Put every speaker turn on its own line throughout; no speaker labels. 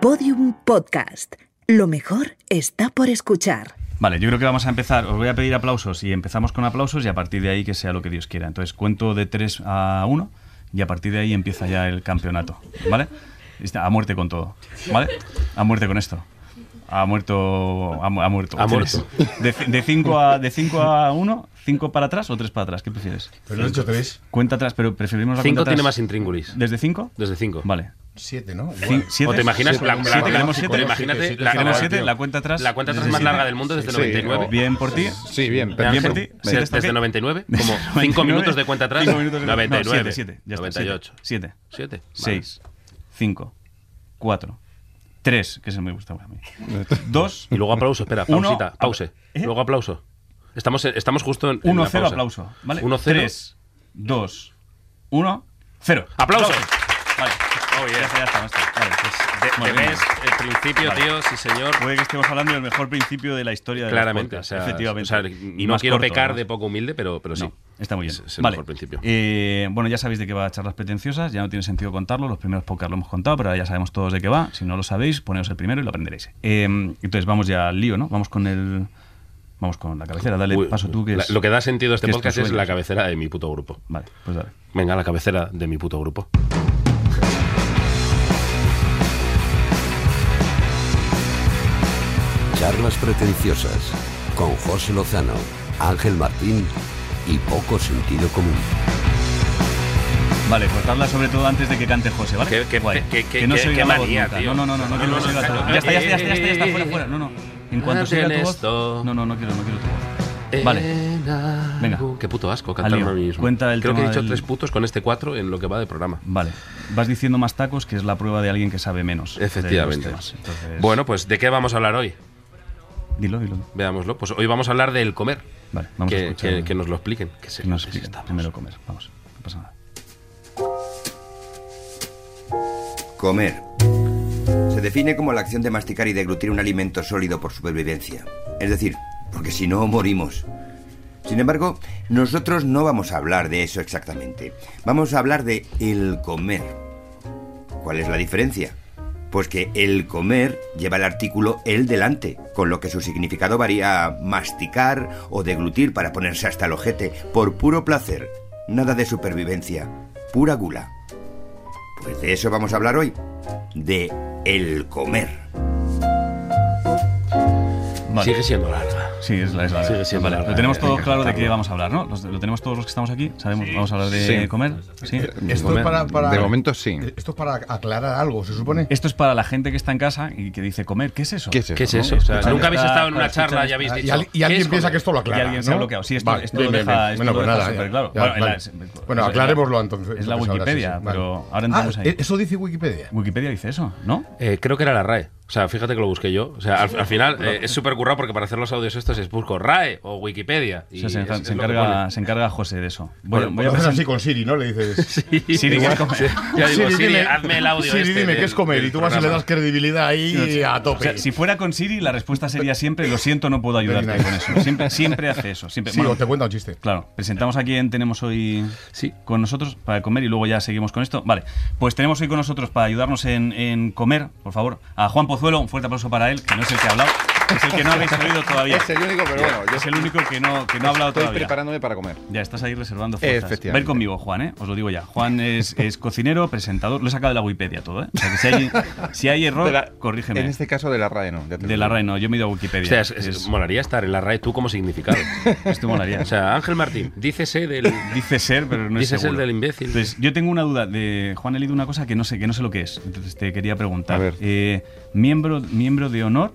Podium Podcast. Lo mejor está por escuchar.
Vale, yo creo que vamos a empezar. Os voy a pedir aplausos y empezamos con aplausos y a partir de ahí que sea lo que Dios quiera. Entonces cuento de 3 a 1 y a partir de ahí empieza ya el campeonato. ¿Vale? A muerte con todo. ¿Vale? A muerte con esto. Ha muerto. Ha, mu- ha muerto.
Ha
Tres. De 5 a, de cinco a 1, 5 para atrás o 3 para atrás. ¿Qué prefieres?
Pero no has hecho tres.
Cuenta atrás, pero preferimos la
5
cuenta
tiene
atrás.
más intríngulis.
¿Desde 5?
Desde 5.
Vale.
Siete, ¿no?
Cin-
Igual.
siete.
¿O te imaginas?
Siete,
la,
tenemos
la-
siete,
tenemos
tenemos
siete,
siete,
imagínate,
siete,
la,
siete,
Tenemos
siete,
siete,
7, la cuenta atrás.
la cuenta atrás
desde
más
siete.
larga del mundo desde
Sí,
99.
Bien por ti.
Sí, bien,
¿De
Bien
Ángel?
por
perfecto.
ti.
Desde-
Si eres
desde
toque-
99, como 5 minutos de cuenta atrás.
Cinco minutos de cuenta- no,
99,
siete, siete, ya está,
98,
siete,
7,
6, 5, 4, 3, que es el me gusta a mí. 2,
Y luego aplauso, espera,
Uno-
pausita, pause.
¿Eh?
Luego aplauso. Estamos, en- estamos justo en.
1-0, aplauso. ¿vale?
1 0.
3, 2, 1, 0.
¡Aplauso!
Vale.
Oh, yeah.
Ya está, ya está, ya está. Vale, pues, muy
Te
bien.
ves el eh, principio,
Vale.
tío, sí señor.
Puede que estemos hablando del mejor principio de la historia de
Claramente, o
los podcasts,
sea,
efectivamente.
o sea,
Y
no
más
quiero
corto,
pecar
además.
de poco humilde, pero, pero sí.
No, está muy bien.
Es, es el
Vale.
mejor principio.
Eh, bueno, ya sabéis de qué va Charlas Pretenciosas, ya no tiene sentido contarlo, los primeros podcasts lo hemos contado, pero ahora ya sabemos todos de qué va. Si no lo sabéis, poneos el primero y lo aprenderéis. Eh, entonces, vamos ya al lío, ¿no? Vamos con el... Vamos con la cabecera, dale
Uy,
paso tú que
la-
es...
Lo que da sentido a este
que es tu
podcast es
sueño.
la cabecera de mi puto grupo.
Vale, pues dale.
Venga, la cabecera de mi puto grupo.
Charlas pretenciosas con José Lozano, Ángel Martín y poco sentido común.
Vale, cortarla sobre todo antes de que cante José, ¿vale?
Qué- qué-
Guay.
qué- qué-
que no
qué-
se oiga
qué
la voz
manía,
nunca.
tío.
No, no, no, no, no,
No,
quiero
no,
que se
no,
oiga tu
no,
voz.
no,
Ya está, ya está, ya
eh,
está, ya está,
eh,
fuera,
eh,
fuera. No, no. En cuanto
no
se oiga tu
tienes
voz...
todo.
No, no, no quiero, no quiero tu voz. Vale.
Elena.
Venga.
Uh, Qué puto asco cantarme
Al lío.
a mí mismo.
Cuenta el
Creo que he
tema
dicho
del-
tres putos con este cuatro en lo que va de programa.
Vale. Vas diciendo más tacos, que es la prueba de alguien que sabe menos. de los
Efectivamente.
temas. Entonces,
Bueno, pues ¿de qué vamos a hablar hoy?
Dilo, dilo.
Veámoslo. Pues hoy vamos a hablar del comer.
Vale, vamos a
que,
escuchar.
que- que nos lo expliquen. Que se-
que nos
que se
expliquen.
está-
Primero comer. Vamos, no pasa nada.
Comer. Se define como la acción de masticar y deglutir un alimento sólido por supervivencia. Es decir, porque si no, morimos. Sin embargo, nosotros no vamos a hablar de eso exactamente. Vamos a hablar de el comer. ¿Cuál es la diferencia? Pues que el comer lleva el artículo el delante, con lo que su significado varía a masticar o deglutir para ponerse hasta el ojete, por puro placer. Nada de supervivencia, pura gula. Pues de eso vamos a hablar hoy, de el comer.
Vale.
Sigue siendo larga.
Sí, es la, es la
Sigue siendo
vale,
larga,
Lo tenemos
eh,
todo
hay que
claro de
contarlo.
qué vamos a hablar, ¿no? Los- lo tenemos todos los que estamos aquí. Sabemos, vamos a hablar de
Sí.
comer. Sí.
Esto es para, para- eh,
De momento sí.
Esto es para aclarar algo, se supone.
Esto es para la gente que está en casa y que dice comer. ¿Qué es eso?
¿Qué es eso?
¿Qué es
no?
eso? O sea,
Escucha,
nunca habéis
está-
estado en una
escucha,
charla y
está-
habéis
Ah, y
dicho.
al- y
¿qué
alguien
es
piensa
comer?
que esto lo aclara.
Y alguien se ha
¿no?
bloqueado. Sí, esto- esto
bien,
lo
bien,
deja-
bien.
esto
Bueno,
lo
pues
deja
nada. ya,
superclaro.
ya,
Bueno, en
vale.
la-
Bueno,
es-
aclarémoslo entonces.
es la
entonces ahora sí,
Wikipedia,
sí, vale.
pero ahora entramos
Ah,
ahí.
¿e- ¿Eso dice Wikipedia?
Wikipedia dice eso, ¿no?
Eh, creo que era la RAE. O sea, fíjate que lo busqué yo. O sea, al, al final eh, es súper currado porque para hacer los audios estos es busco RAE o Wikipedia.
O
y
sea, se,
es- es
se
lo que
encarga,
pone.
se encarga José de eso. Voy,
Bueno,
voy
Voy
a
a
pensar-
pues así con Siri, ¿no? Le dices...
Siri, ¿qué es comer?
Ya digo,
Siri,
Siri,
dime,
hazme el audio.
Siri,
este
dime
del-
qué es comer.
del
Y tú vas y le
programa.
das credibilidad ahí a
O sea,
tope.
si fuera con Siri, la respuesta sería siempre, lo siento, no puedo ayudarte
Very
con
nice.
eso. Siempre, siempre hace eso. Siempre.
Sí,
Bueno,
o te cuenta un chiste.
Claro, presentamos a quién tenemos hoy
Sí.
con nosotros para comer y luego ya seguimos con esto. Vale, pues tenemos hoy con nosotros para ayudarnos en, en comer, por favor, a Juan Pozuelo, un fuerte aplauso para él, que no es el que ha hablado, es el que no habéis oído todavía.
Es el único, pero bueno, yo
Es el único que no, que no ha hablado
estoy
todavía.
preparándome para comer.
Ya estás ahí reservando fuerzas.
Efectivamente.
Ven conmigo, Juan, ¿eh? Os lo digo ya. Juan es, es cocinero, presentador. Lo he sacado de la Wikipedia todo, ¿eh? O sea, que si hay, si hay error,
De la-
corrígeme.
En este caso de la RAE, no. ya te lo
De la
digo.
RAE, no. Yo me he ido a Wikipedia.
O sea, es- es-
Es-
molaría estar en la RAE tú como significado.
esto molaría.
o sea, Ángel Martín, dícese del.
Dice ser, pero no
Dice
es
ser
seguro.
del imbécil.
Entonces, yo tengo una duda de Juan he leído una cosa que no sé, que no sé lo que es. Entonces te quería preguntar.
A ver.
Eh, miembro, miembro de honor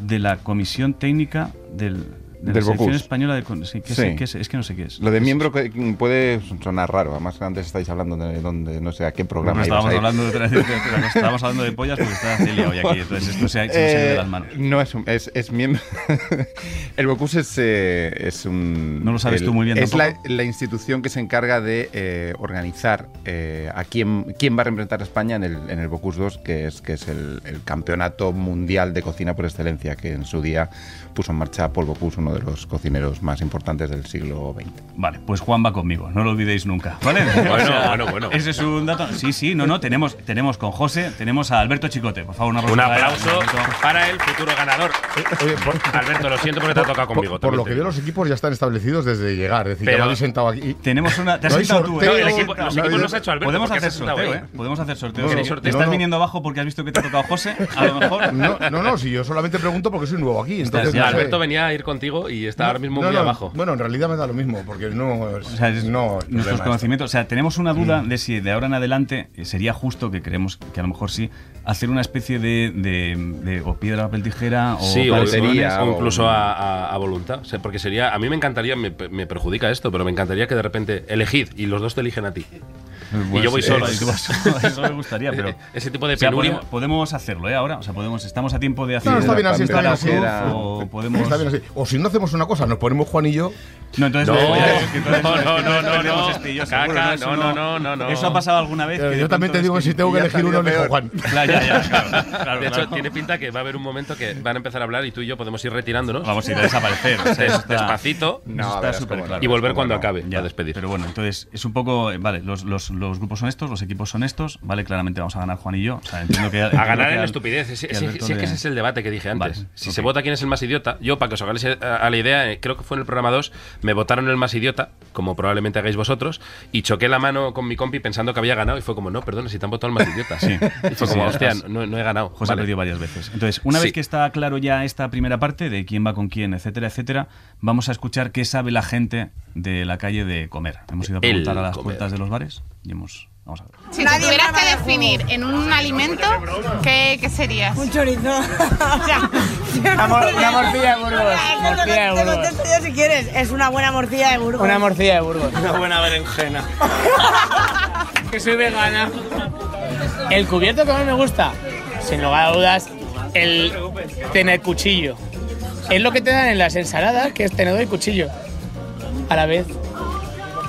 de la comisión técnica del, de la
Del
selección
Bocús.
española de con- sí, ¿qué es-
Sí.
qué es? es que no sé qué es.
Lo de miembro que puede sonar raro. Además, antes estáis hablando de donde no sé a qué
No,
programa. ibas
estábamos
a ir.
hablando de, otra- de otra cosa. Estábamos hablando de pollas porque está Celia hoy aquí. Entonces esto se, ha- se nos ha ido de
Eh,
las manos.
No es un. Es, es miembro. el Bocus es, eh, es un.
No lo sabes
el-
tú muy bien
Es la,
tampoco.
la institución que se encarga de eh, organizar eh, a quién, quién va a representar a España en el, en el Bocus 2, que es, que es el, el campeonato mundial de cocina por excelencia que en su día puso en marcha Paul Bocuse, uno uno de los cocineros más importantes del siglo XX.
Vale, pues Juan va conmigo, no lo olvidéis nunca, ¿vale?
Bueno,
O sea,
bueno, bueno.
Ese es un dato. Sí, sí, no, no, tenemos, tenemos con José, tenemos a Alberto Chicote, por favor, un aplauso.
Un aplauso para
para él, Alberto.
el futuro ganador.
Oye, por,
Alberto, lo siento porque te ha tocado
por-
conmigo.
por
también
lo
te
que
digo.
veo, los equipos ya están establecidos desde llegar. Es decir,
Pero-
ya me habéis sentado aquí.
Tenemos una. Te has
No hay
sentado tú, ¿eh?
sorteo,
No, el equipo- los
no,
equipos
no,
los ha hecho Alberto.
Podemos
porque
hacer
se ha sentado
sorteo,
ahí.
¿eh? Podemos hacer sorteo.
No,
Sí,
no,
¿Te
no,
estás
no.
viniendo abajo porque has visto que te ha tocado José? A lo mejor.
No, no, no, si yo solamente pregunto porque soy nuevo aquí. Entonces,
ya,
no sé.
Alberto venía a ir contigo y está ahora mismo
No,
muy
no,
abajo.
Bueno, en realidad me da lo mismo, porque no. es-
O sea, es
no, Mm. el
nuestros
problema es-
conocimientos. O sea, tenemos una duda de si de ahora en adelante eh, sería justo, que creemos que a lo mejor sí, hacer una especie de, de- de- o piedra, papel, tijera o
Sí, o,
calcetines,
o
o-
incluso a, a- a voluntad. O sea, porque sería. A mí me encantaría, me, me perjudica esto, pero me encantaría que de repente elegid y los dos te eligen a ti.
Pues,
y yo voy
eh,
solo.
sí, tú vas solo, Eso me gustaría, pero.
Ese tipo de
O sea,
penuria.
podemos, podemos hacerlo, ¿eh? Ahora. O sea, podemos, estamos a tiempo de hacer.
No, no, está bien así, está bien
cada
así.
club,
Era-
O podemos.
Está bien así. O si no hacemos una cosa, nos ponemos Juan y yo.
No, entonces
No,
no,
no, no, no, no, no.
este,
Caca,
Eso
no, no, no, no, no.
Eso ha pasado alguna vez.
Pero
que de
yo también
pronto
te digo que
ves
si tengo que
ya
elegir
estaría
uno, elijo
peor.
Juan.
Claro, ya, ya, claro, claro,
de hecho,
claro.
tiene pinta que va a haber un momento que van a empezar a hablar y tú y yo podemos ir retirándonos.
Vamos a ir a desaparecer. o sea, eso
des-
está-
despacito.
No,
Eso está
verás
súper
cómo no.
claro.
Y volver
Bueno,
cuando
no,
acabe,
Ya,
a despedir.
Pero bueno, entonces es un poco. eh, Vale, los, los, los grupos son estos, los equipos son estos. Vale, claramente vamos a ganar Juan y yo. O sea, entiendo que.
a ganar en estupidez. Si, si- si es que ese es el debate que dije antes.
Vale,
si
ok.
se vota quién es el más idiota, yo, para que os hagáis a a la idea, eh, creo que fue en el programa 2, me votaron el más idiota, como probablemente hagáis vosotros, y choqué la mano con mi compi pensando que había ganado, y fue como, no, perdona, si te han votado el más idiota.
Sí.
Y fue
Sí,
como,
sí,
hostia,
además,
no, no he ganado.
José
Vale.
ha perdido varias veces. Entonces, una
Sí.
vez que está claro ya esta primera parte de quién va con quién, etcétera, etcétera, vamos a escuchar qué sabe la gente de la calle de comer. Hemos ido a
El
preguntar a las
comer.
puertas de los bares y hemos. Vamos a ver.
Si te tuvieras que definir en un alimento, ¿qué, qué serías?
Un chorizo.
O sea,
Una, mor- una morcilla de Burgos.
Eso te
Morcilla de
contesto-
Burgos.
contesto yo si quieres.
Es una buena morcilla de Burgos. Una morcilla de Burgos. Una buena berenjena. que soy vegana. El cubierto que más me gusta, sin lugar a dudas, el tener cuchillo. Es lo que te dan en las ensaladas, que es tenedor y cuchillo. A la vez.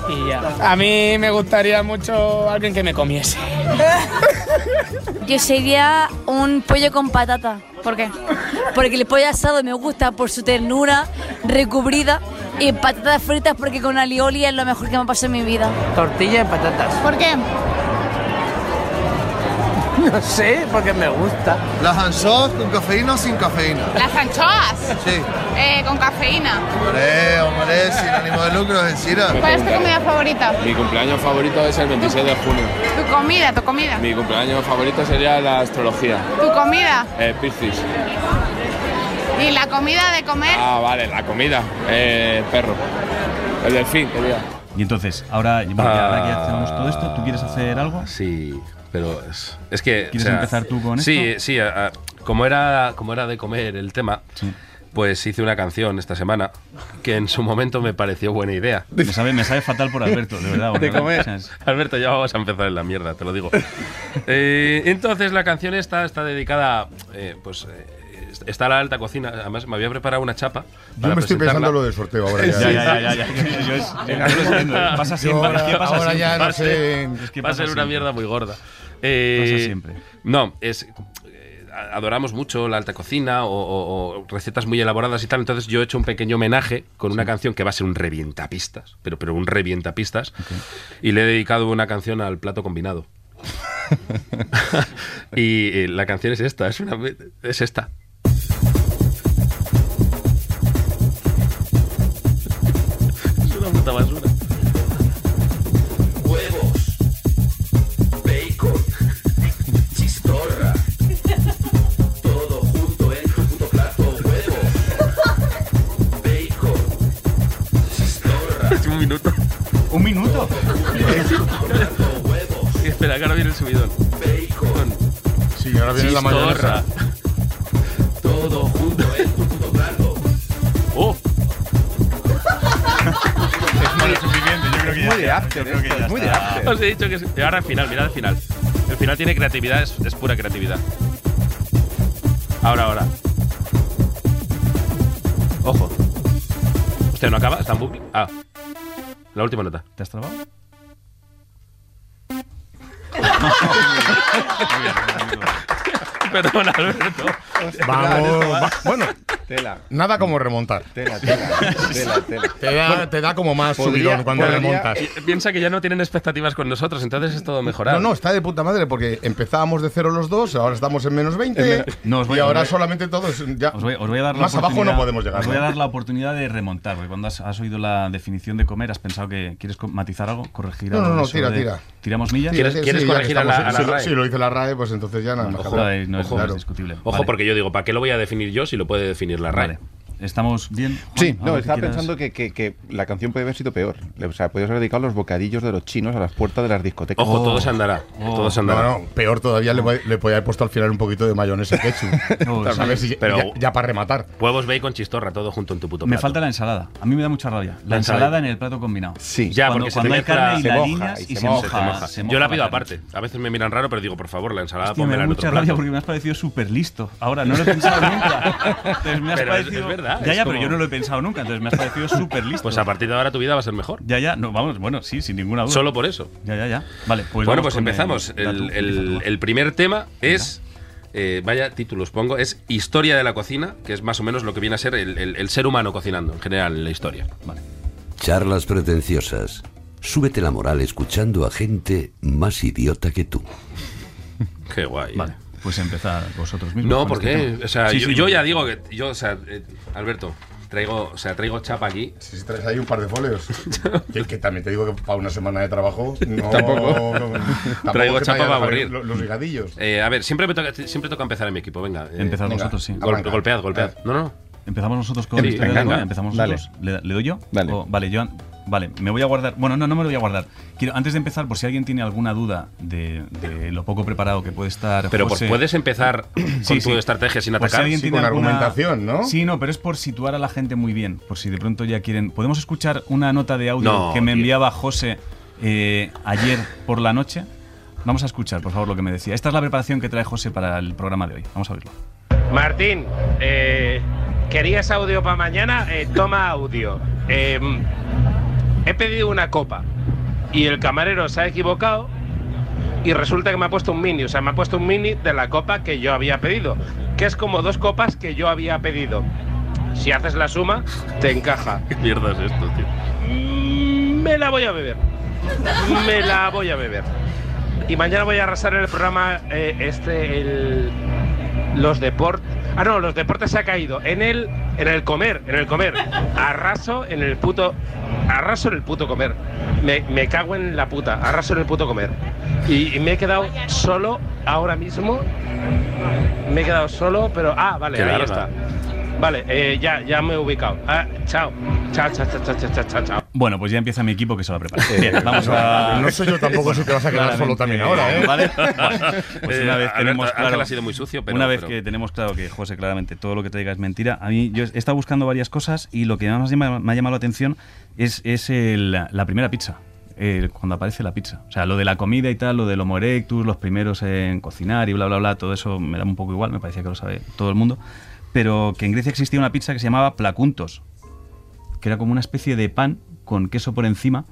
Y ya. A mí me gustaría mucho alguien que me comiese.
Yo sería un pollo con patata. ¿Por qué? Porque el pollo asado me gusta por su ternura recubrida y patatas fritas porque con alioli es lo mejor que me ha pasado en mi vida.
Tortilla y patatas.
¿Por qué?
No sé, porque me gusta.
Las anchoas con cafeína o sin cafeína.
Las anchoas
Sí.
eh, con cafeína.
Hombre, hombre, sin ánimo de lucro, Encina.
¿Cuál es tu comida favorita?
Mi cumpleaños favorito es el 26 de junio.
Tu comida, tu comida.
Mi cumpleaños favorito sería la astrología.
Tu comida.
Eh, Piscis.
Y la comida de comer.
Ah, vale, la comida. Eh, perro. El delfín, quería.
Y entonces, ahora, bueno,
Ah.
ya ahora que hacemos todo esto, ¿tú quieres hacer algo?
Sí, pero es, es que.
¿Quieres empezar tú con
sí,
esto?
Sí, a- a- como, era, como era de comer el tema, pues hice una canción esta semana que en su momento me pareció buena idea.
Me sabe, me sabe fatal por Alberto, de verdad.
De
bueno,
comer.
o sea, es-
Alberto, ya vamos a empezar en la mierda, te lo digo. Eh, entonces, la canción esta está dedicada. eh, pues. eh, está la alta cocina. Además, me había preparado una chapa.
Yo
para
me estoy pensando
presentarla.
lo del sorteo ahora. Ya,
Ya, ya, ya, ya, ya. Yo es- yo no lo entiendo. Pasa
Yo
siempre.
ahora-
¿Qué pasa
ahora ya
siempre?
no sé.
Es que
va a
pasa
ser una
siempre.
mierda muy gorda. Eh,
Pasa siempre.
No, es. eh, Adoramos mucho la alta cocina o, o- o recetas muy elaboradas y tal. Entonces, yo he hecho un pequeño homenaje con una canción que va a ser un revientapistas, pero, pero un revientapistas. Y le he dedicado una canción al plato combinado. y eh, la canción es esta: es, una, es esta. Es una puta basura.
Huevos. Bacon. Chistorra. Todo junto en un puto plato. Huevos. Bacon. Chistorra.
Es un minuto.
¿Un minuto?
Espera, que ahora viene el subidón. Bacon.
Sí, ahora viene la mañana.
Todo junto en un puto plato.
Oh,
Muy de after, esto, es muy de after.
os he dicho que es... y ahora el final, mirad el final. El final tiene creatividad, es, es pura creatividad. Ahora, ahora. Ojo. Hostia, ¿no acaba? ¿Está en bucle? Ah. La última nota.
¿Te has trabado?
Perdón, Alberto.
Vamos. va- Bueno,
Tela.
Nada como remontar.
Tela, tela, tela, tela.
Te da, te da como más
podría-
subidón cuando
podría-
remontas.
Y Piensa que ya no tienen expectativas con nosotros, entonces es todo
No,
mejorable.
no, está de puta madre porque empezábamos de cero los dos, ahora estamos en menos 20
No, os voy-
y
os
ahora
voy-
solamente todos ya.
Os voy, os voy a dar la
Más abajo
oportunidad-
no podemos llegar.
Os voy a
¿no?
dar la oportunidad de remontar, porque cuando has, has oído la definición de comer, has pensado que quieres co- matizar algo, corregir
No,
algo.
no, no,
sobre-
tira, tira.
¿Tiramos millas?
¿Quieres-
Sí,
quieres
sí, ya que
corregir a la- a
estamos-
la
si lo-
RAE?
Si lo dice la RAE, pues entonces ya nada. más.
Ojo, no, es- no
Ojo.
es discutible.
Ojo,
Vale.
porque yo digo, ¿para qué lo voy a definir yo si lo puede definir la RAE?
Vale. ¿Estamos bien? Juan?
Sí,
¿Algo
no,
Ah,
que
estaba
quieras?
pensando que, que- que la canción podía haber sido peor. O sea, podías haber dedicado los bocadillos de los chinos a las puertas de las discotecas.
Oh.
Ojo, todo
Oh.
se andará. Todo se andará.
No, no, peor todavía le, voy- le podía haber puesto al final un poquito de mayonesa ketchup.
No,
A ver
sí.
si-
Pero-
ya, ya para rematar.
Huevos, bacon, chistorra, todo junto en tu puto
Me
plato.
falta la ensalada. A mí me da mucha rabia. La,
La
ensalada,
ensalada.
en el plato combinado.
Sí.
Ya,
cuando,
porque
cuando
se
hay
te mezcla-
carne y
se
la
moja,
aliñas
y
y
se
se
moja,
moja. se moja
Yo la pido
carne.
aparte. A veces me miran raro, pero digo, por favor, la ensalada
Hostia, me
ponmela
da
en
mucha
otro
rabia
plato.
porque me has parecido súper listo. Ahora, no lo he pensado nunca. Entonces me has
Pero es-
parecido...
es verdad,
Ya,
es
ya,
como-
pero yo no lo he pensado nunca. Entonces me has parecido súper listo.
Pues a partir de ahora tu vida va a ser mejor.
Ya, ya. No, vamos, bueno, sí, sin ninguna duda.
Solo por eso.
Ya, ya, ya. Vale, pues
bueno,
vamos
pues
con
empezamos.
el-
El,
Datu,
el-
empieza tú.
el primer tema es. eh, vaya títulos pongo, es Historia de la cocina, que es más o menos lo que viene a ser el, el- el ser humano cocinando en general en la historia.
Charlas pretenciosas. Súbete la moral escuchando a gente más idiota que tú.
Qué guay. eh.
Vale, pues empezar vosotros mismos.
No,
con este
porque
tema.
o sea,
Sí,
yo,
sí,
yo
porque-
ya digo que yo, o sea, eh, Alberto, traigo, o sea, traigo chapa aquí.
Si si traes ahí un par de folios. que, que también te digo que para una semana de trabajo. No,
Tampoco.
no, tampoco
Traigo
es que te
chapa
vayan a
para
salir
aburrir.
lo- Los higadillos.
Eh, a ver, siempre me toca siempre toca empezar en mi equipo, venga. eh,
Empezad
venga,
vosotros, sí.
gol-
arranca.
golpead, golpead. No, no.
Empezamos nosotros con
Sí,
historia de
venga,
Goya,
venga.
empezamos
Dale.
nosotros. ¿Le, le doy yo?
Dale.
O- vale, yo. Vale, me voy a guardar. Bueno, no, no me lo voy a guardar. Quiero, antes de empezar, por si alguien tiene alguna duda de, de lo poco preparado que puede estar.
Pero pues
José-
puedes empezar con
Ah, Sí, Pues
tu
sí.
estrategia sin
Por si
atacar.
alguien
Sí,
tiene
con
alguna-
argumentación, ¿no?
Sí, no, pero es por situar a la gente muy bien. Por si de pronto ya quieren. ¿Podemos escuchar una nota de audio
No,
que me
tío.
enviaba José eh, ayer por la noche? Vamos a escuchar, por favor, lo que me decía. Esta es la preparación que trae José para el programa de hoy. Vamos a oírlo.
Martín, eh, ¿querías audio para mañana? Eh, toma audio. Eh, he pedido una copa y el camarero se ha equivocado y resulta que me ha puesto un mini. O sea, me ha puesto un mini de la copa que yo había pedido, que es como dos copas que yo había pedido. Si haces la suma, te encaja.
¿Qué mierda es esto, tío?
Mm, Me la voy a beber. Me la voy a beber. Y mañana voy a arrasar en el programa eh, este, el, los deportes. Ah, no, los deportes se ha caído. En el, en el comer, en el comer. Arraso en el puto. Arraso en el puto comer. Me, me cago en la puta. Arraso en el puto comer. Y, y me he quedado solo ahora mismo. Me he quedado solo, pero. Ah, vale,
Qué
ahí
larga.
está. Vale, eh, ya, ya me he ubicado. Ah, chao. Chao, chao, chao, chao, chao, chao, chao.
Bueno, pues ya empieza mi equipo que se lo prepara. Bien, vamos a.
Eh, No soy yo tampoco si te vas a quedar solo también ahora, ¿eh?
Vale. Bueno, pues
Eh,
una vez
Alberto,
tenemos
Ángel
claro.
ha sido muy sucio, pero-
una vez
pero-
que tenemos claro que, José, claramente todo lo que traiga es mentira. A mí, yo he estado buscando varias cosas y lo que más llama- me ha llamado la atención es, es el- la primera pizza. eh, cuando aparece la pizza. O sea, lo de la comida y tal, lo de Homo erectus, los primeros en cocinar y bla, bla, bla, todo eso me da un poco igual, me parecía que lo sabe todo el mundo. Pero que en Grecia existía una pizza que se llamaba placuntos, que era como una especie de pan con queso por encima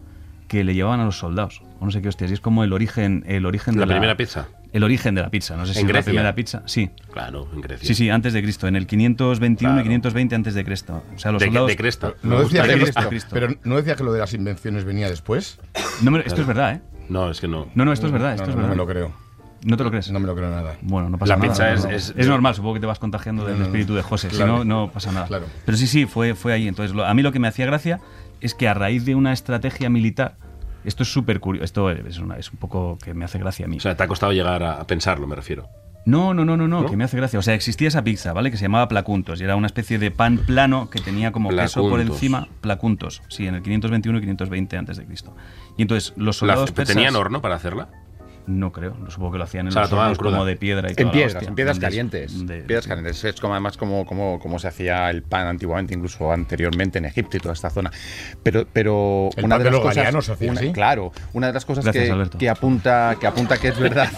que le llevaban a los soldados. O no sé qué hostias. Y es como el origen, el origen
La
de
primera pizza.
El origen de la pizza. No sé si
¿En
es la
Grecia?
primera pizza. Sí.
Claro, en Grecia.
Sí, sí, antes de Cristo, en el 521 y
Claro.
520 antes de Cristo. O sea, los
de,
soldados.
de cresta.
No
Me gusta
decía,
de
que
cresta.
lo, pero no decía que lo de las invenciones venía después.
No me lo- esto es verdad, ¿eh?
No, es que no.
No, no, esto es verdad, esto
No,
es
no,
verdad.
no me lo creo.
¿No te lo crees?
No me lo creo nada.
Bueno, no pasa
La
nada.
pizza
no,
es-
no.
es-
normal, supongo que te vas contagiando del
No, no, no.
espíritu de José,
Claro.
si no, no pasa nada.
Claro.
Pero sí, sí, fue, fue ahí. Entonces, lo- a mí lo que me hacía gracia es que a raíz de una estrategia militar, esto es súper curioso, esto es, una, es un poco que me hace gracia a mí.
O sea, te ha costado llegar a, a pensarlo, me refiero.
No, no, no, no, no,
¿No?
que me hace gracia. O sea, existía esa pizza, ¿vale? Que se llamaba Placuntos y era una especie de pan plano que tenía como queso por
Placuntos.
encima. Placuntos, sí, en el 521 y 520 antes de Cristo. Y entonces los
La-
soldados persas-
¿Tenían horno para hacerla?
No creo, no supongo que lo hacían en
O sea, la
los
tomaban
hornos
cruda.
como de piedra y toda
En
la
piedras,
hostia.
en piedras
De-
calientes.
de-
Mm. piedras calientes. Es como además como, como, como se hacía el pan antiguamente, incluso anteriormente en Egipto y toda esta zona. Pero, pero
El pan de los galianos se hacía
una-
así.
claro, una de las cosas
Gracias,
que,
Alberto.
que apunta que apunta que es verdad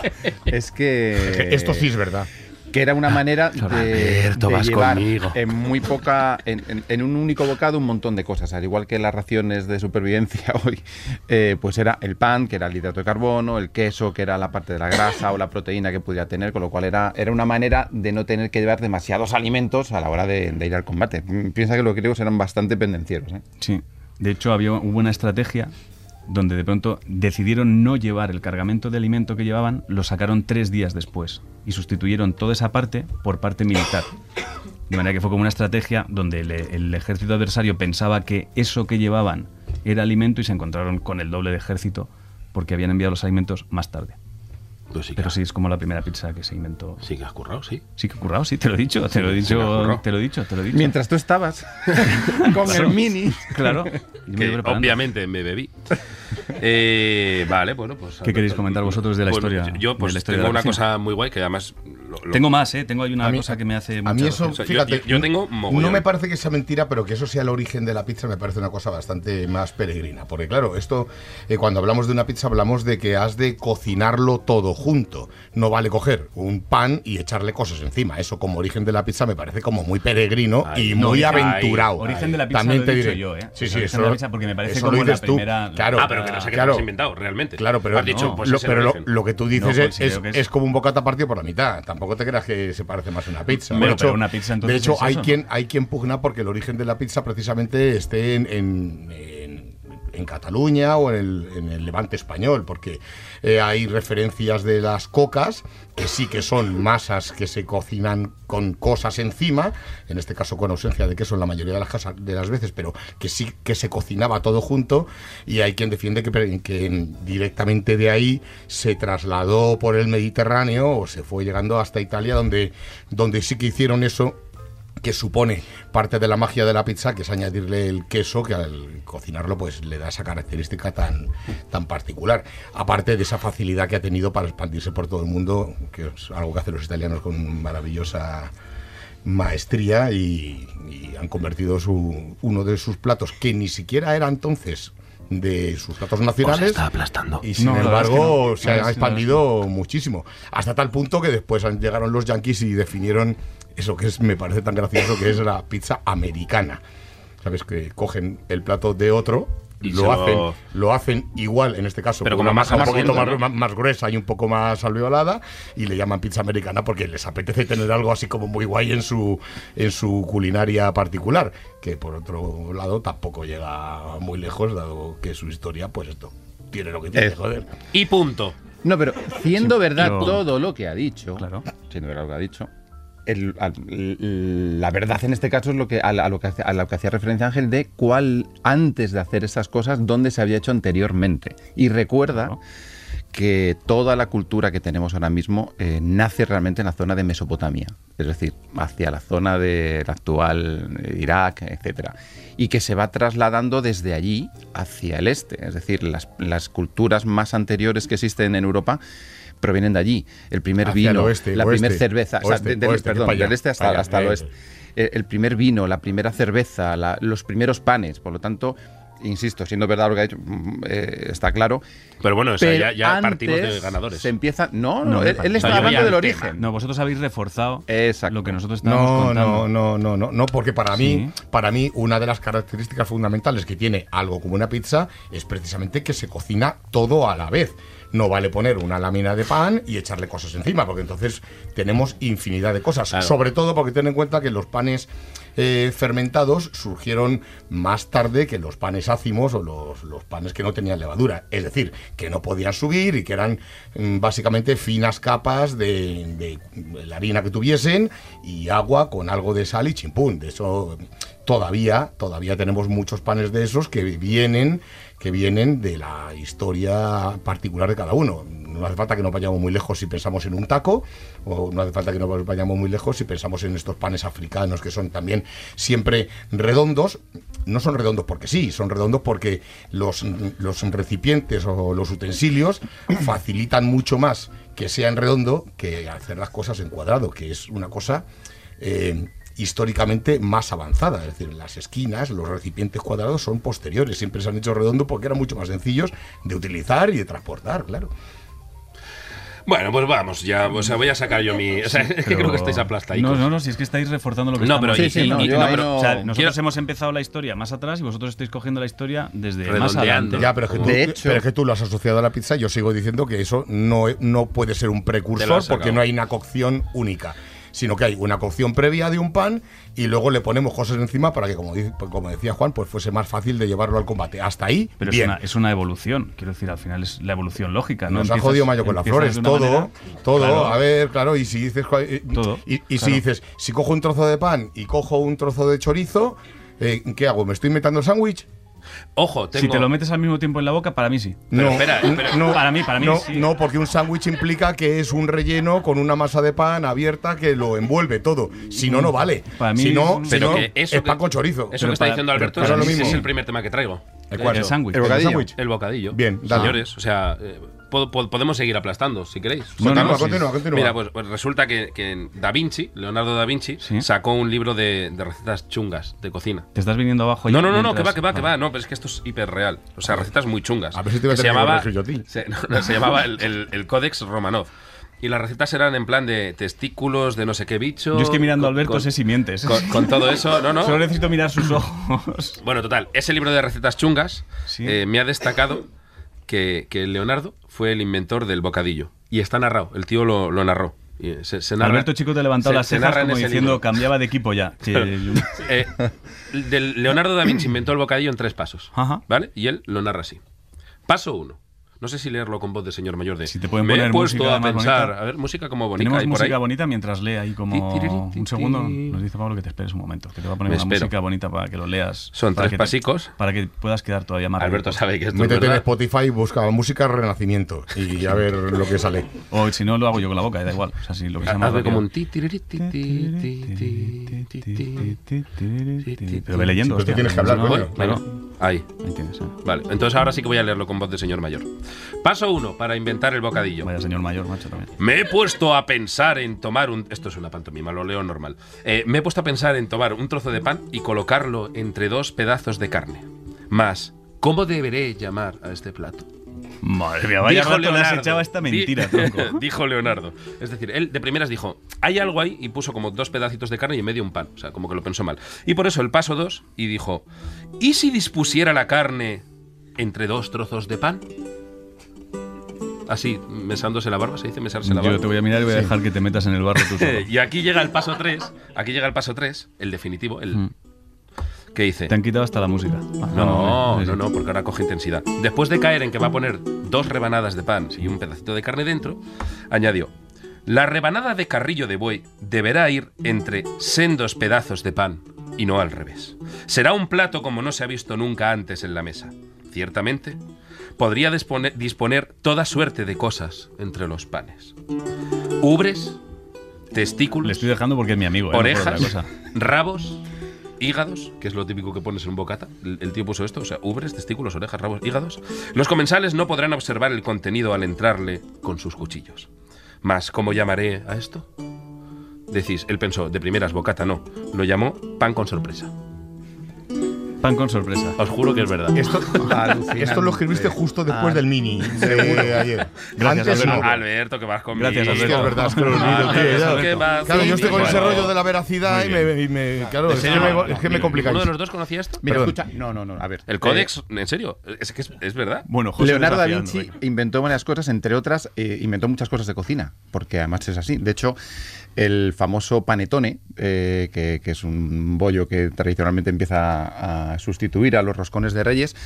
es que
Esto sí es verdad.
que era una manera de,
Roberto,
de
vas
llevar
conmigo.
en muy poca, en, en- en un único bocado un montón de cosas, al igual que las raciones de supervivencia hoy, eh, pues era el pan, que era el hidrato de carbono, el queso, que era la parte de la grasa o la proteína que pudiera tener, con lo cual era, era una manera de no tener que llevar demasiados alimentos a la hora de, de ir al combate. Mm, Piensa que los griegos eran bastante pendencieros. ¿eh?
Sí. De hecho, había, hubo una estrategia donde de pronto decidieron no llevar el cargamento de alimento que llevaban, lo sacaron tres días después y sustituyeron toda esa parte por parte militar. De manera que fue como una estrategia donde el, el ejército adversario pensaba que eso que llevaban era alimento y se encontraron con el doble de ejército porque habían enviado los alimentos más tarde. Pero sí, es como la primera pizza que se inventó.
Pues Sí que has currado, sí.
Sí que he currado, sí, te lo he dicho, te lo he
Sí, sí que has
dicho,
currado.
te lo he dicho, te lo he dicho.
Mientras tú estabas con el
Claro.
mini.
Claro. Yo me
Que
iba preparando.
obviamente me bebí. Eh, vale, bueno, pues.
¿Qué queréis comentar vosotros de la
Bueno,
historia?
Yo, pues,
de la historia de
tengo
la
una
cocina?
cosa muy guay que además. lo- lo-
Tengo más, ¿eh? Tengo ahí una
A mí-
cosa que me hace
A mí
mucha
eso,
gracia.
O sea, yo-
fíjate,
yo- yo tengo mogollón.
no me parece que sea mentira, pero que eso sea el origen de la pizza me parece una cosa bastante más peregrina. Porque claro, esto, eh, cuando hablamos de una pizza hablamos de que has de cocinarlo todo junto. No vale coger un pan y echarle cosas encima. Eso como origen de la pizza me parece como muy peregrino
Ay,
y muy
no, ay,
aventurado.
origen de la pizza
También
lo he
te
dicho
diré.
yo, ¿eh?
Sí,
El
sí,
origen
eso
de la
lo-
pizza, porque me parece
eso
como
lo
la
dices tú.
primera-
Claro,
Ah, pero que no sé
qué te
claro.
has inventado, realmente.
Claro, pero,
Has dicho,
no,
pues,
lo-
ese
pero lo,
origen.
lo que tú dices
No,
es-
considero
es,
que es-
es como un bocata partido por la mitad. Tampoco te creas que se parece más a una pizza.
Bueno,
de hecho,
pero una pizza, entonces,
de hecho,
es
hay,
eso.
quien, hay quien pugna porque el origen de la pizza precisamente esté en, en- en- en Cataluña o en el, en el levante español, porque eh, hay referencias de las cocas que sí que son masas que se cocinan con cosas encima, en este caso con ausencia de queso en la mayoría de las, casas, de las veces, pero que sí que se cocinaba todo junto y hay quien defiende que, pre- que directamente de ahí se trasladó por el Mediterráneo o se fue llegando hasta Italia donde, donde sí que hicieron eso que supone parte de la magia de la pizza, que es añadirle el queso, que al cocinarlo pues le da esa característica tan, tan particular. Aparte de esa facilidad que ha tenido para expandirse por todo el mundo, que es algo que hacen los italianos con maravillosa maestría y, y han convertido su, uno de sus platos, que ni siquiera era entonces de sus platos nacionales,
está aplastando.
y sin
No, la verdad es que
embargo
no.
se
La verdad es que no, la
ha
verdad
expandido muchísimo. Hasta tal punto que después han- llegaron los yankees y definieron eso que es, me parece tan gracioso, que es la pizza americana. ¿Sabes? Que cogen el plato de otro.
Y
lo,
se lo-
hacen lo hacen igual en este caso
Pero
con
con
una
más
masa un poquito
amorciento,
más, más- más gruesa y un poco más alveolada y le llaman pizza americana porque les apetece tener algo así como muy guay en su en su culinaria particular que por otro lado tampoco llega muy lejos dado que su historia pues esto tiene lo que tiene
Es-
joder
Y punto.
No, pero siendo verdad
pero-
todo lo que ha dicho, siendo verdad lo que ha dicho, el- al- l- la verdad en este caso es lo que a, la- a lo que hace- a lo que hacía referencia Ángel de cuál antes de hacer esas cosas dónde se había hecho anteriormente y recuerda que toda la cultura que tenemos ahora mismo eh, nace realmente en la zona de Mesopotamia, es decir, hacia la zona del actual eh, Irak, etcétera, y que se va trasladando desde allí hacia el este, es decir, las, las culturas más anteriores que existen en Europa provienen de allí. El primer
Hacia el
vino,
oeste,
la
oeste,
primera cerveza, o sea,
oeste,
de- del,
oeste, que
perdón,
para allá,
del este hasta,
para allá,
hasta el
eh.
oeste el, el primer vino, la primera cerveza, la- los primeros panes. Por lo tanto, insisto, siendo verdad lo que ha dicho, mm, eh, está claro.
Pero bueno, o sea,
Pero
ya, ya partimos de
antes
ganadores.
Se empieza. No, no,
No,
él,
no,
él
no,
está
yo
hablando
voy
del
al
origen.
No, vosotros habéis reforzado lo que nosotros estábamos
No,
contando.
no, no, no, no, no, porque para mí,
Sí.
para mí, una de las características fundamentales que tiene algo como una pizza es precisamente que se cocina todo a la vez. No vale poner una lámina de pan y echarle cosas encima, porque entonces tenemos infinidad de cosas.
Claro.
Sobre todo porque ten en cuenta que los panes eh, fermentados surgieron más tarde que los panes ácimos o los, los panes que no tenían levadura. Es decir, que no podían subir y que eran mm, básicamente finas capas de, de la harina que tuviesen y agua con algo de sal y chimpún. De eso mm, todavía, todavía tenemos muchos panes de esos que vienen, que vienen de la historia particular de cada uno. No hace falta que nos vayamos muy lejos si pensamos en un taco, o no hace falta que nos vayamos muy lejos si pensamos en estos panes africanos que son también siempre redondos. No son redondos porque sí, son redondos porque los, los recipientes o los utensilios facilitan mucho más que sea en redondo que hacer las cosas en cuadrado, que es una cosa eh, históricamente más avanzada. Es decir, las esquinas, los recipientes cuadrados son posteriores, siempre se han hecho redondo porque eran mucho más sencillos de utilizar y de transportar, claro.
Bueno, pues vamos, ya, o sea, voy a sacar yo mi. O sea, es que
Pero-
creo que estáis aplastadicos.
No, no, no, si es que estáis reforzando lo que
No,
estamos
pero- sí, sí,
diciendo.
no, yo ahí no-
o sea, nosotros
quiero-
hemos empezado la historia más atrás y vosotros estáis cogiendo la historia desde más adelante.
Redondeando. Ya, pero es, que tú, pero es que tú lo has asociado a la pizza. Yo sigo diciendo que eso no, e- no puede ser
Te
un
lo
precursor
has
porque
sacado.
no hay una cocción única. Sino que hay una cocción previa de un pan y luego le ponemos cosas encima para que, como, dice- como decía Juan, pues fuese más fácil de llevarlo al combate. Hasta ahí,
Pero es
bien.
una, es una evolución, quiero decir, al final es la evolución lógica. ¿no?
Nos ha
Empiezas-
jodido Mayo con las
empiezas
flores,
de una
todo,
manera-
todo.
Claro.
A ver, claro, y si dices, cua- eh, y, y si
claro.
dices, si cojo un trozo de pan y cojo un trozo de chorizo, eh, ¿qué hago? ¿Me estoy metiendo el sándwich?
Ojo,
Si te lo metes al mismo tiempo en la boca, para mí sí.
No, no,
para mí, para mí
no,
sí.
no, porque un sándwich implica que es un relleno con una masa de pan abierta que lo envuelve todo. Si no, no vale.
Para mí
si no,
es-
si
Pero
no,
que eso
es pan
que-
con chorizo.
Eso que está diciendo Alberto
Pero
es,
lo
es
mismo.
el primer tema que traigo.
¿El cuál?
De
El
hecho.
sándwich. ¿El bocadillo?
El bocadillo.
Bien, dale.
Señores, o sea, eh, po- po- podemos seguir aplastando si queréis.
No, no,
Continúa,
sí. continúa, continúa.
Mira, pues, pues resulta que, que Da Vinci, Leonardo da Vinci, sacó un libro de, de recetas chungas de cocina.
Te estás viniendo abajo ya
No, no, no, no,
mientras- Ah.
que va, que va, que va. No, pero es que esto es hiperreal. O sea, recetas muy chungas.
A ver si te voy a
Que se
tener que
llamaba,
corregir yo a ti.
se, no, no, se llamaba el, el- el Códex Romanov. Y las recetas eran en plan de testículos, de no sé qué bicho.
Yo es que mirando a
con-
Alberto
con-
sé si mientes.
Con, con todo eso, no, no.
Solo necesito mirar sus ojos.
Bueno, total, ese libro de recetas chungas eh, me ha destacado que, que Leonardo fue el inventor del bocadillo. Y está narrado, el tío lo, lo narró. Y se- se narra-
Alberto Chico te ha levantado
se-
las
se
cejas
narra en
como
ese
diciendo
libro.
cambiaba de equipo ya. que-
Eh, del- Leonardo da Vinci inventó el bocadillo en tres pasos. ¿Vale? Y él lo narra así. Paso uno. No sé si leerlo con voz de señor mayor de. Si te
pueden
me he
poner
puesto
música
a
más
pensar.
bonita.
A ver, música como bonita.
Tenemos
hay por
música
ahí.
bonita mientras lee ahí como
Ti, ti,
un
ti,
segundo.
ti.
Nos dice Pablo que te esperes un momento, que te va a poner
Me
una
espero.
música bonita para que lo leas.
Son
para
tres
que te-
pasicos.
Para que puedas quedar todavía más
Alberto
rico.
sabe que esto
Métete en Spotify y busca música renacimiento y a ver lo que sale.
O si no, lo hago yo con la boca, da igual. O sea, si lo que sea más
Hazme como
rápido.
un ti, ti, ti, ti, ti, ti, ti, ti, ti.
Pero ve
Sí, pero tú
leyendo. hostia.
tienes que hablar,
No,
coño.
claro.
Ahí.
eh.
Vale, entonces ahora sí que voy a leerlo con voz de señor mayor. Paso uno para inventar el bocadillo.
Vaya señor mayor, macho, también.
Me he puesto a pensar en tomar un. Esto es una pantomima, lo leo normal. Eh, me he puesto a pensar en tomar un trozo de pan y colocarlo entre dos pedazos de carne. Más, ¿cómo deberé llamar a este plato?
Madre mía, vaya
Dijo
rato le has
Leonardo.
echado a esta
Di-
mentira, tronco.
dijo Leonardo. Es decir, él de primeras dijo, hay algo ahí y puso como dos pedacitos de carne y en medio un pan. O sea, como que lo pensó mal. Y por eso el paso dos y dijo, ¿y si dispusiera la carne entre dos trozos de pan? Así, mesándose la barba, se dice mesarse la barba.
Yo te voy a mirar y voy a
Sí.
dejar que te metas en el barro tú solo.
y aquí llega el paso 3, aquí llega el paso 3, el definitivo, el...
Mm.
¿Qué dice?
Te han quitado hasta la música. Ah,
No,
sí, sí.
no, no, porque ahora coge intensidad. Después de caer en que va a poner dos rebanadas de pan y un pedacito de carne dentro, añadió, la rebanada de carrillo de buey deberá ir entre sendos pedazos de pan y no al revés. Será un plato como no se ha visto nunca antes en la mesa. Ciertamente, podría dispone- disponer toda suerte de cosas entre los panes. Ubres, testículos.
Le estoy dejando porque es mi amigo. eh, no por otra
Orejas,
cosa.
rabos, hígados, que es lo típico que pones en un bocata. El, el tío puso esto, o sea, ubres, testículos, orejas, rabos, hígados. Los comensales no podrán observar el contenido al entrarle con sus cuchillos. Mas, ¿cómo llamaré a esto? Decís, él pensó, de primeras bocata no. Lo llamó pan con sorpresa.
Pan con sorpresa.
Os juro que es verdad.
Esto, esto lo escribiste justo después del mini de ayer. Antes no.
Ah, Alberto, que vas conmigo.
Gracias, Alberto. Es verdad, es que lo olvido, tío, ya.
que vas
Claro, yo estoy con ese
conmigo.
rollo de la veracidad y me, y me- claro,
¿En
es que
serio?
me, es que me
Mira,
complicáis. eh,
¿Uno de los dos conocía esto?
Mira, escucha, no, no, no, a ver. Eh,
¿El códex? ¿En serio? Es que es, es verdad.
Leonardo da Vinci inventó varias cosas, entre otras, eh, inventó muchas cosas de cocina, porque además es así. De hecho, el famoso panetone, eh, que, que es un bollo que tradicionalmente empieza a sustituir a los roscones de reyes,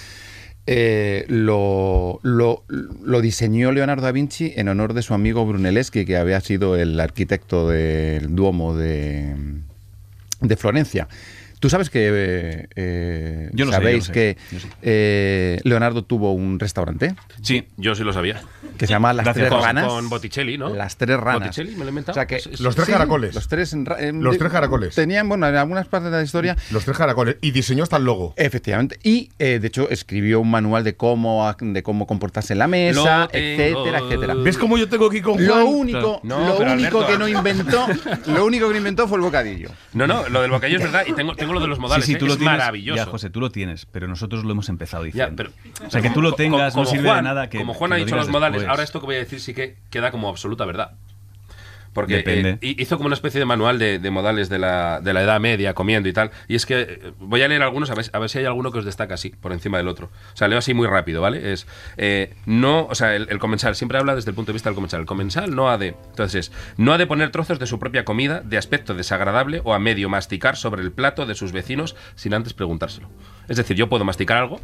eh, lo, lo- lo diseñó Leonardo da Vinci en honor de su amigo Brunelleschi, que había sido el arquitecto del Duomo de, de Florencia. Tú sabes que eh, eh,
Yo lo sé,
sabéis
yo lo sé,
que
yo sé.
eh, Leonardo tuvo un restaurante
Sí, yo sí lo sabía.
que se llama Las
Gracias.
Tres
Con-
Ranas.
Con Botticelli, ¿no?
Las Tres Ranas.
Botticelli, me lo he inventado.
O sea que-
Es- es-
Los tres
Sí,
caracoles.
Los tres, en ra- en-
Los tres caracoles.
Tenían, bueno, en algunas partes de la historia.
Los tres caracoles. Y diseñó hasta el logo.
Efectivamente. Y eh, de hecho escribió un manual de cómo, ac- de cómo comportarse en la mesa,
Lo tengo.
etcétera, etcétera.
¿Ves cómo yo tengo que ir con Juan?
Lo único,
No,
lo
pero
único
Alberto. ah.
que no inventó, lo único que no inventó fue el bocadillo.
No, no, lo del bocadillo es verdad. Y tengo, tengo lo de los modales,
Sí, sí,
¿eh?
tú lo
es
tienes,
maravilloso.
Ya, José, tú lo tienes, pero nosotros lo hemos empezado diciendo.
pero-
o sea, que tú lo
Co-
tengas
como
no sirve
Juan-
de nada que.
Como Juan
que
ha
lo
dicho los
digas
modales,
después.
ahora esto que voy a decir sí que queda como absoluta verdad. Porque
Depende.
eh, hizo como una especie de manual de, de modales de la, de la Edad Media, comiendo y tal. Y es que eh, voy a leer algunos, a ver, a ver si hay alguno que os destaca así, por encima del otro. O sea, leo así muy rápido, ¿vale? Es, eh, no, o sea, el, el comensal, siempre habla desde el punto de vista del comensal. El comensal no ha de, entonces, no ha de poner trozos de su propia comida de aspecto desagradable o a medio masticar sobre el plato de sus vecinos sin antes preguntárselo. Es decir, yo puedo masticar algo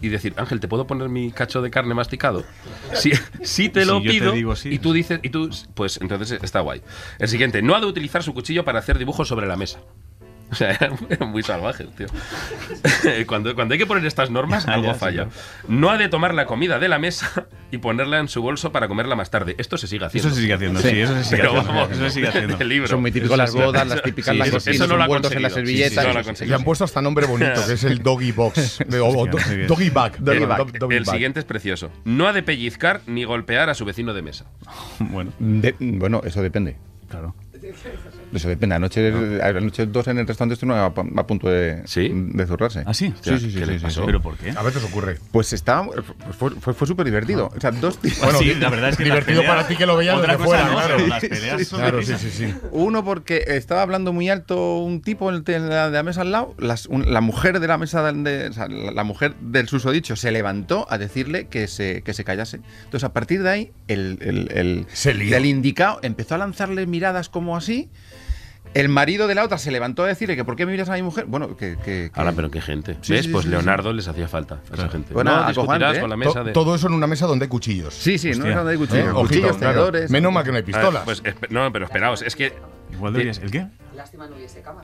y decir, Ángel, ¿te puedo poner mi cacho de carne masticado? Si, si te
Si
lo
yo te
pido,
digo sí.
y tú dices, y tú, pues entonces está guay. El siguiente, no ha de utilizar su cuchillo para hacer dibujos sobre la mesa. O sea, era muy salvaje, tío. cuando, cuando hay que poner estas normas,
Ya,
algo
sí,
falla. No ha de tomar la comida de la mesa y ponerla en su bolso para comerla más tarde. Esto se sigue haciendo.
Eso se sigue haciendo, sí, eso se sigue
Pero
haciendo,
vamos,
eso se sigue haciendo.
del libro.
Eso es muy típico, las bodas, las típicas, las
eso-
cocinas,
Eso no lo ha
envueltos
conseguido.
en las
Sí, sí,
servilletas.
no lo ha
Le
conseguido.
han puesto hasta nombre bonito, que es el doggy box. de- o- o do-
muy bien.
doggy bag.
el,
perdón, do- doggy
el
bag.
siguiente es precioso. No ha de pellizcar ni golpear a su vecino de mesa.
Bueno.
De- bueno, eso depende.
Claro.
Eso depende. Anoche, anoche dos en el restaurante estuvieron a, a punto de, de zurrarse.
¿Ah, sí?
Sí, sí, sí.
¿Qué
sí,
le
sí,
pasó?
sí.
¿Pero por
¿eh?
qué?
A veces ocurre.
Pues estaba, pues fue, fue, fue súper divertido.
Ah.
O sea, dos tíos.
Bueno, Sí, la verdad es que las
divertido peleas- para ti que lo veías
otra
desde
cosa
fuera,
no,
claro.
pero las peleas
Sí,
son
claro,
de
sí,
risa.
sí, sí.
Uno porque estaba hablando muy alto un tipo en el- en la, de la mesa al lado, las- un- la mujer de la mesa de- o sea, la, la mujer del susodicho se levantó a decirle que se, que se callase. Entonces a partir de ahí el, el- el- el indicado empezó a lanzarle miradas como así. El marido de la otra se levantó a decirle que por qué me miras a mi mujer. Bueno, que, que- que-
Ahora, pero qué gente.
Sí,
¿Ves?
sí,
pues
sí, sí,
Leonardo les hacía falta a esa gente.
Bueno,
no, discutirás
acojonante, ¿eh?
con la mesa
To-
de...
Todo eso en una mesa donde hay cuchillos.
Sí, sí, no
Hostia.
no hay cuchillos.
Eh, ojito,
cuchillos,
claro.
tenedores.
Menos mal que no hay
A ver,
pistolas.
pues, espe- no, pero esperaos, es que...
Igual deberías- ¿El qué?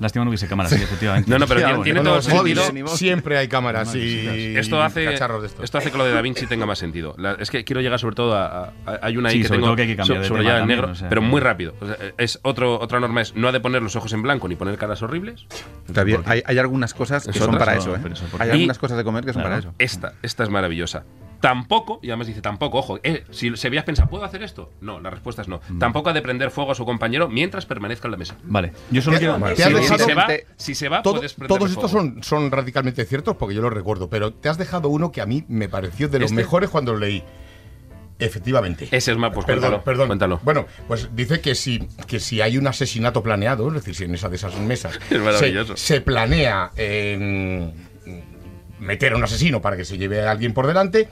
Lástima no hubiese cámara,
Sí.
sí, efectivamente.
No, no, pero tiene- tiene todo
Bueno,
Los móviles,
sentido.
Siempre hay cámaras y
Esto hace,
cacharros de estos.
esto hace que lo de Da Vinci tenga más sentido. La- es que quiero llegar sobre todo a... a- hay una ahí
Sí,
que
sobre
tengo
todo que hay que cambiar
so-
de
sobre
tema
ya en
también,
negro,
o sea,
pero
que-
muy rápido. O sea, es otro, otra norma es no ha de poner los ojos en blanco ni poner caras horribles.
Todavía hay, hay algunas cosas que
Eso
son
otras
para
no,
eso. ¿eh?
pero eso por-
Hay
Y-
algunas cosas de comer que son para eso.
Esta, esta es maravillosa. Tampoco, y además dice tampoco, ojo, eh, si se veías pensar, ¿puedo hacer esto? No, la respuesta es no.
Mm.
Tampoco ha de prender fuego a su compañero mientras permanezca en la mesa.
Vale, yo solo
Te-
quiero.
te
sí,
has
sí,
dejado-
sí.
se va- si se va,
Todo-
puedes prenderle
todos estos
fuego.
son, son radicalmente ciertos porque yo los recuerdo, pero te has dejado uno que a mí me pareció de los
¿Este?
mejores cuando lo leí. Efectivamente.
Ese es más, pues
perdón,
cuéntalo.
perdón.
cuéntalo.
Bueno, pues dice que si, que si hay un asesinato planeado, es decir, si en esa de esas mesas
Es
se,
maravilloso.
se planea eh, meter a un asesino para que se lleve a alguien por delante,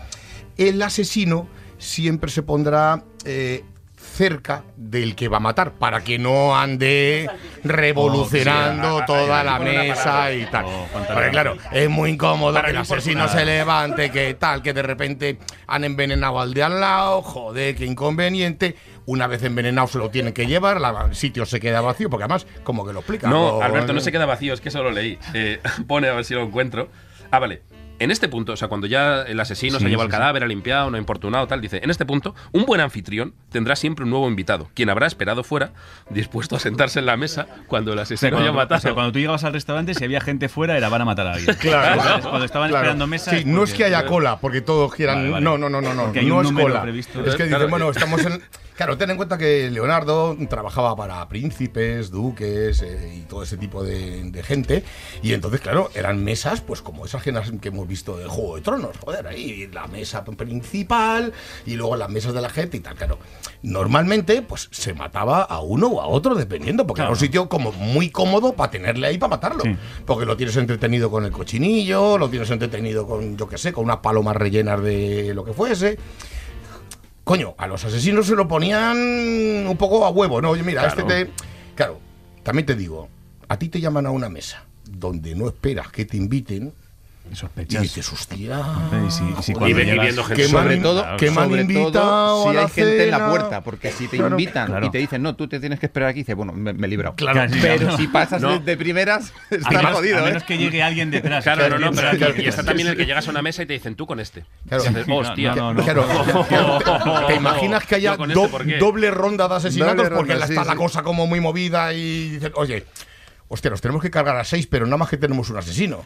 el asesino siempre se pondrá eh, cerca del que va a matar para que no ande revolucionando
Oh, sí,
toda
ahí,
la
ahí, ahí,
mesa
ahí,
y tal.
oh, pantalón.
Porque claro, es muy incómodo
Para
que el
que no
asesino
importa
se
nada.
levante, que tal, que de repente han envenenado al de al lado, joder, qué inconveniente. Una vez envenenado se lo tienen que llevar, la- el sitio se queda vacío, porque además, como que lo explica.
No,
lo-
Alberto, no se queda vacío, es que eso lo leí. Eh, pone a ver si lo encuentro. Ah, vale. En este punto, o sea, cuando ya el asesino se
Sí,
lleva
sí,
el
sí.
cadáver, ha limpiado, no ha importunado, tal, dice, en este punto, un buen anfitrión tendrá siempre un nuevo invitado, quien habrá esperado fuera, dispuesto a sentarse en la mesa cuando el
O sea,
asesino haya
cuando,
matado.
o sea, cuando tú llegabas al restaurante, si había gente fuera, era van a matar a alguien.
Claro.
¿Sabes? Cuando estaban
Claro.
esperando mesa.
Sí, no es que haya cola, porque todos quieran.
Vale, vale.
No, no, no, no, no.
Porque hay
no
un
es
número
cola.
previsto.
Es que dicen,
Claro,
bueno,
eh.
estamos en. Claro, ten en cuenta que Leonardo trabajaba para príncipes, duques eh, y todo ese tipo de, de gente. Y entonces, claro, eran mesas, pues como esas que nas- que hemos visto de Juego de Tronos. Joder, ahí la mesa principal y luego las mesas de la gente y tal. Claro, normalmente, pues se mataba a uno o a otro, dependiendo, porque era un sitio como muy cómodo para tenerle ahí para matarlo.
Sí.
Porque lo tienes entretenido con el cochinillo, lo tienes entretenido con, yo qué sé, con unas palomas rellenas de lo que fuese. Coño, a los asesinos se lo ponían un poco a huevo, ¿no? Oye, mira,
Claro.
este te. Claro, también te digo, a ti te llaman a una mesa donde no esperas que te inviten
Y
y
sospechas.
dices, hostia.
Y si- y si
joder,
cuando
Y ve- y
llegas-
viendo gente.
que me han
sobre
in-
todo,
que me han
sobre
invitado
todo
a
si
la
hay gente en la
cena.
puerta, porque si te
Claro.
invitan
Claro.
y te dicen, no, tú te tienes que esperar aquí, dices, bueno, me, me he librado.
Claro,
Casi,
Pero
no.
si pasas
No.
de, de primeras,
A
estás
menos,
jodido,
a
¿eh?
menos que llegue alguien detrás.
Claro, no, no, pero
Alguien
aquí-
detrás.
y está también el que llegas a una mesa y te dicen tú con este.
Claro.
Y haces,
No,
hostia.
no, no, no.
Claro, claro, te, te imaginas que haya
este, Yo con este,
do-
¿por qué?
doble ronda de asesinatos
Doble ronda,
porque
sí,
está la
sí.
cosa como muy movida y dicen, oye, hostia, nos tenemos que cargar a seis, pero nada más que tenemos un asesino.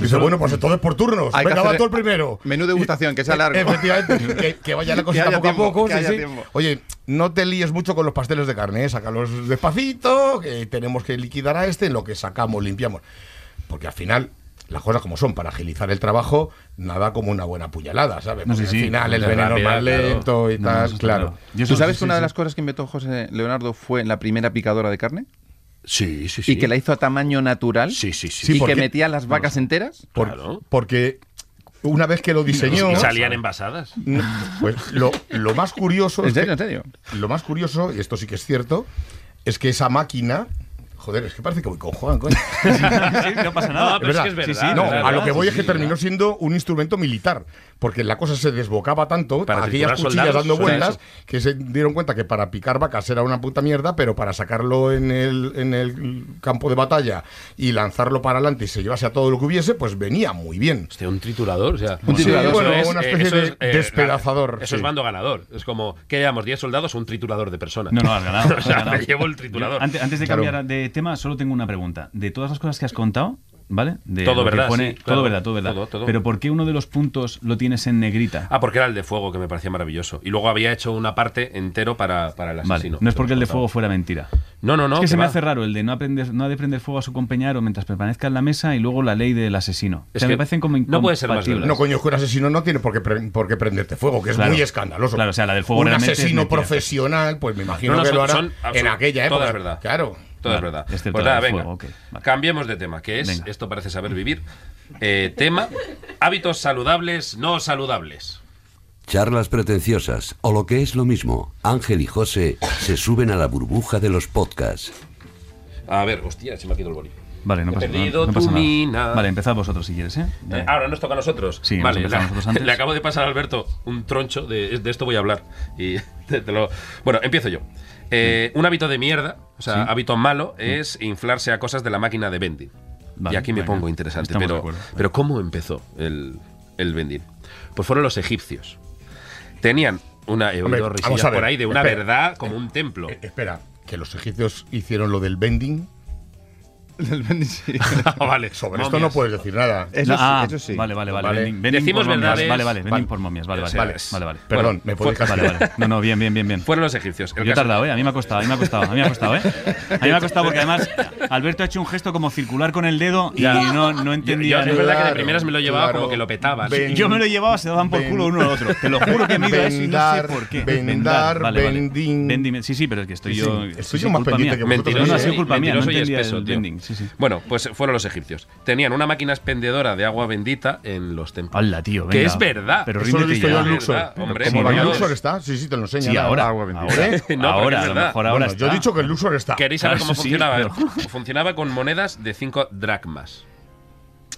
Dice, bueno, pues entonces por turnos.
Hay que
Venga, va
hacer
tú el primero.
menú degustación, que sea largo.
E-, Efectivamente, que, que vaya la cosita
haya
poco a
tiempo,
poco.
que
sí,
haya
sí.
tiempo.
Oye, no te líes mucho con los pasteles de carne, ¿eh? sácalos despacito, que tenemos que liquidar a este, en lo que sacamos, limpiamos. Pues Porque al final, las cosas como son, para agilizar el trabajo, nada como una buena puñalada, ¿sabes?
No, sí,
Porque
sí,
al final el
mucha
veneno
rápida,
más
claro.
lento y
No,
tal,
eso está
claro.
¿Tú sabes que una de las cosas que inventó José Leonardo fue la primera picadora de carne?
Sí, sí,
Y que la hizo a tamaño natural.
Sí, sí,
sí. Sí,
Y
porque-
que metía las vacas enteras.
Por- Porque una vez que lo diseñó.
Y salían envasadas.
No, Pues lo, lo más curioso.
¿En
es que-
serio, en serio?
Lo más curioso, y esto sí que es cierto, es que esa máquina. Joder, es que parece que voy con Juan, coño.
no pasa nada.
Es verdad.
Sí, sí,
No,
Ah, es verdad,
a lo que voy
sí,
es que
sí,
terminó siendo un instrumento militar, porque la cosa se desbocaba tanto,
Para
aquellas
triturar
cuchillas
soldados,
dando
sí,
vueltas,
eso.
que se dieron cuenta que para picar vacas era una puta mierda, pero para sacarlo en el, en el campo de batalla y lanzarlo para adelante y se llevase a todo lo que hubiese, pues venía muy bien.
un triturador, o sea.
Un triturador, bueno,
Eso es,
una
eh,
especie
eso
de
es, eh,
despedazador.
Eso es
sí.
bando ganador. Es como, ¿qué llevamos? ¿10 soldados o un triturador de personas?
No, no, has ganado.
o
has
sea,
ganado.
me llevo el triturador.
Yo, Antes, antes de
Claro.
cambiar de tema, solo tengo una pregunta. De todas las cosas que has contado, ¿vale? De
Todo
lo que
verdad,
pone-
sí, claro.
Todo verdad, todo verdad.
Todo, todo.
Pero ¿por qué uno de los puntos lo tienes en negrita?
Ah, porque era el de fuego, que me parecía maravilloso. Y luego había hecho una parte entero para, para el
Vale,
asesino.
no es porque el de fuego fuera mentira.
No, no, no.
es que se
que
me
va.
hace raro el de no, aprender, no ha de prender fuego a su compañero mientras permanezca en la mesa y luego la ley del asesino. o
Es
sea,
que
me parecen como
no puede ser más
incompatibles.
No, coño, es que un asesino no tiene por qué, pre- por qué prenderte fuego, que es
Claro.
muy escandaloso.
Claro, o sea, la del fuego
Un
realmente es
asesino
mentira.
profesional, pues me imagino
No, no,
que
son-
lo hará
son
en
absolut-
aquella época.
Todo es verdad.
Claro.
Todo es
Vale.
verdad.
Excepto
Pues
la
nada,
del
venga.
fuego, ok,
Cambiemos de tema, que es
Venga.
esto parece saber vivir. Eh, tema: hábitos saludables, no saludables.
Charlas pretenciosas o lo que es lo mismo, Ángel y José se suben a la burbuja de los podcasts.
A ver, hostia, se me ha quitado el boli.
Vale, no
He
pasa, nada,
perdido
no pasa
tu
nada.
mina.
Vale, empezad vosotros si quieres, ¿eh? Dale.
Eh, ahora nos toca a nosotros.
Sí, nos
vale,
empezamos
la-
nosotros antes.
le acabo de pasar a Alberto un troncho de, de esto voy a hablar. Y te- te lo- bueno, empiezo yo. Eh, un hábito de mierda, o sea,
Sí. Mm.
hábito malo, es inflarse a cosas de la máquina de vending.
Vale,
y aquí me
venga.
pongo interesante.
Estamos de
Pero,
acuerdo.
pero ¿cómo empezó el, el vending? Pues fueron los egipcios. Tenían una he
Hombre,
oído
vamos
risillas
a ver,
por ahí de una
espera.
verdad como un templo.
Eh, Espera, que los egipcios hicieron lo del bending.
Ah, vale.
Sobre esto no puedes decir nada.
Eso No, sí, ah, eso sí. vale, vale, vale, vending- vending Decimos por momias, verdades- vale, vale, vending por momias, vale,
O
vale,
sea,
vale, vale, vale.
Perdón,
Bueno,
me podéis
fue- vale, vale. No, no, bien, bien, bien, bien.
Fueron los egipcios. El
Yo he
caso-
tardado, ¿eh? A mí me ha costado, a mí me ha costado, a mí me ha costado, ¿eh? A mí me ha costado porque además Alberto ha hecho un gesto como circular con el dedo y
Ya.
no, no entendía.
Yo- yo es verdad que de primeras me lo llevaba como que lo petaba, ¿no?
Sí, yo me lo llevaba, se daban por
Ven-
culo uno al otro. Te lo juro que me iba eso y no sé
Vendar,
por qué.
vendar,
vending. Sí, sí, pero es que estoy
Sí,
yo.
sí,
que
estoy
sí,
yo más
culpa mía.
pendiente
No,
que vosotros.
no, ha
Mentiroso
sido
y-
culpa mía, no
mentiroso y
entendía
espeso,
el
tío.
vending. Sí, sí.
Bueno, pues fueron los egipcios. Tenían una máquina expendedora de agua bendita en los templos.
Hola, tío,
Que
venga.
es verdad.
Pero
Eso lo he
ríndete
visto yo
ya.
en Luxor.
Verdad, hombre,
Como
por
la
Dios.
Luxor está, sí, sí, te lo enseño.
Sí, ahora.
Agua bendita.
Ahora.
¿Eh?
No, porque Ahora, es a lo verdad. mejor ahora
Bueno, Yo he
está.
dicho que el Luxor está.
¿Queréis saber
Claro,
cómo
eso sí,
funcionaba? Funcionaba con monedas de 5 dracmas.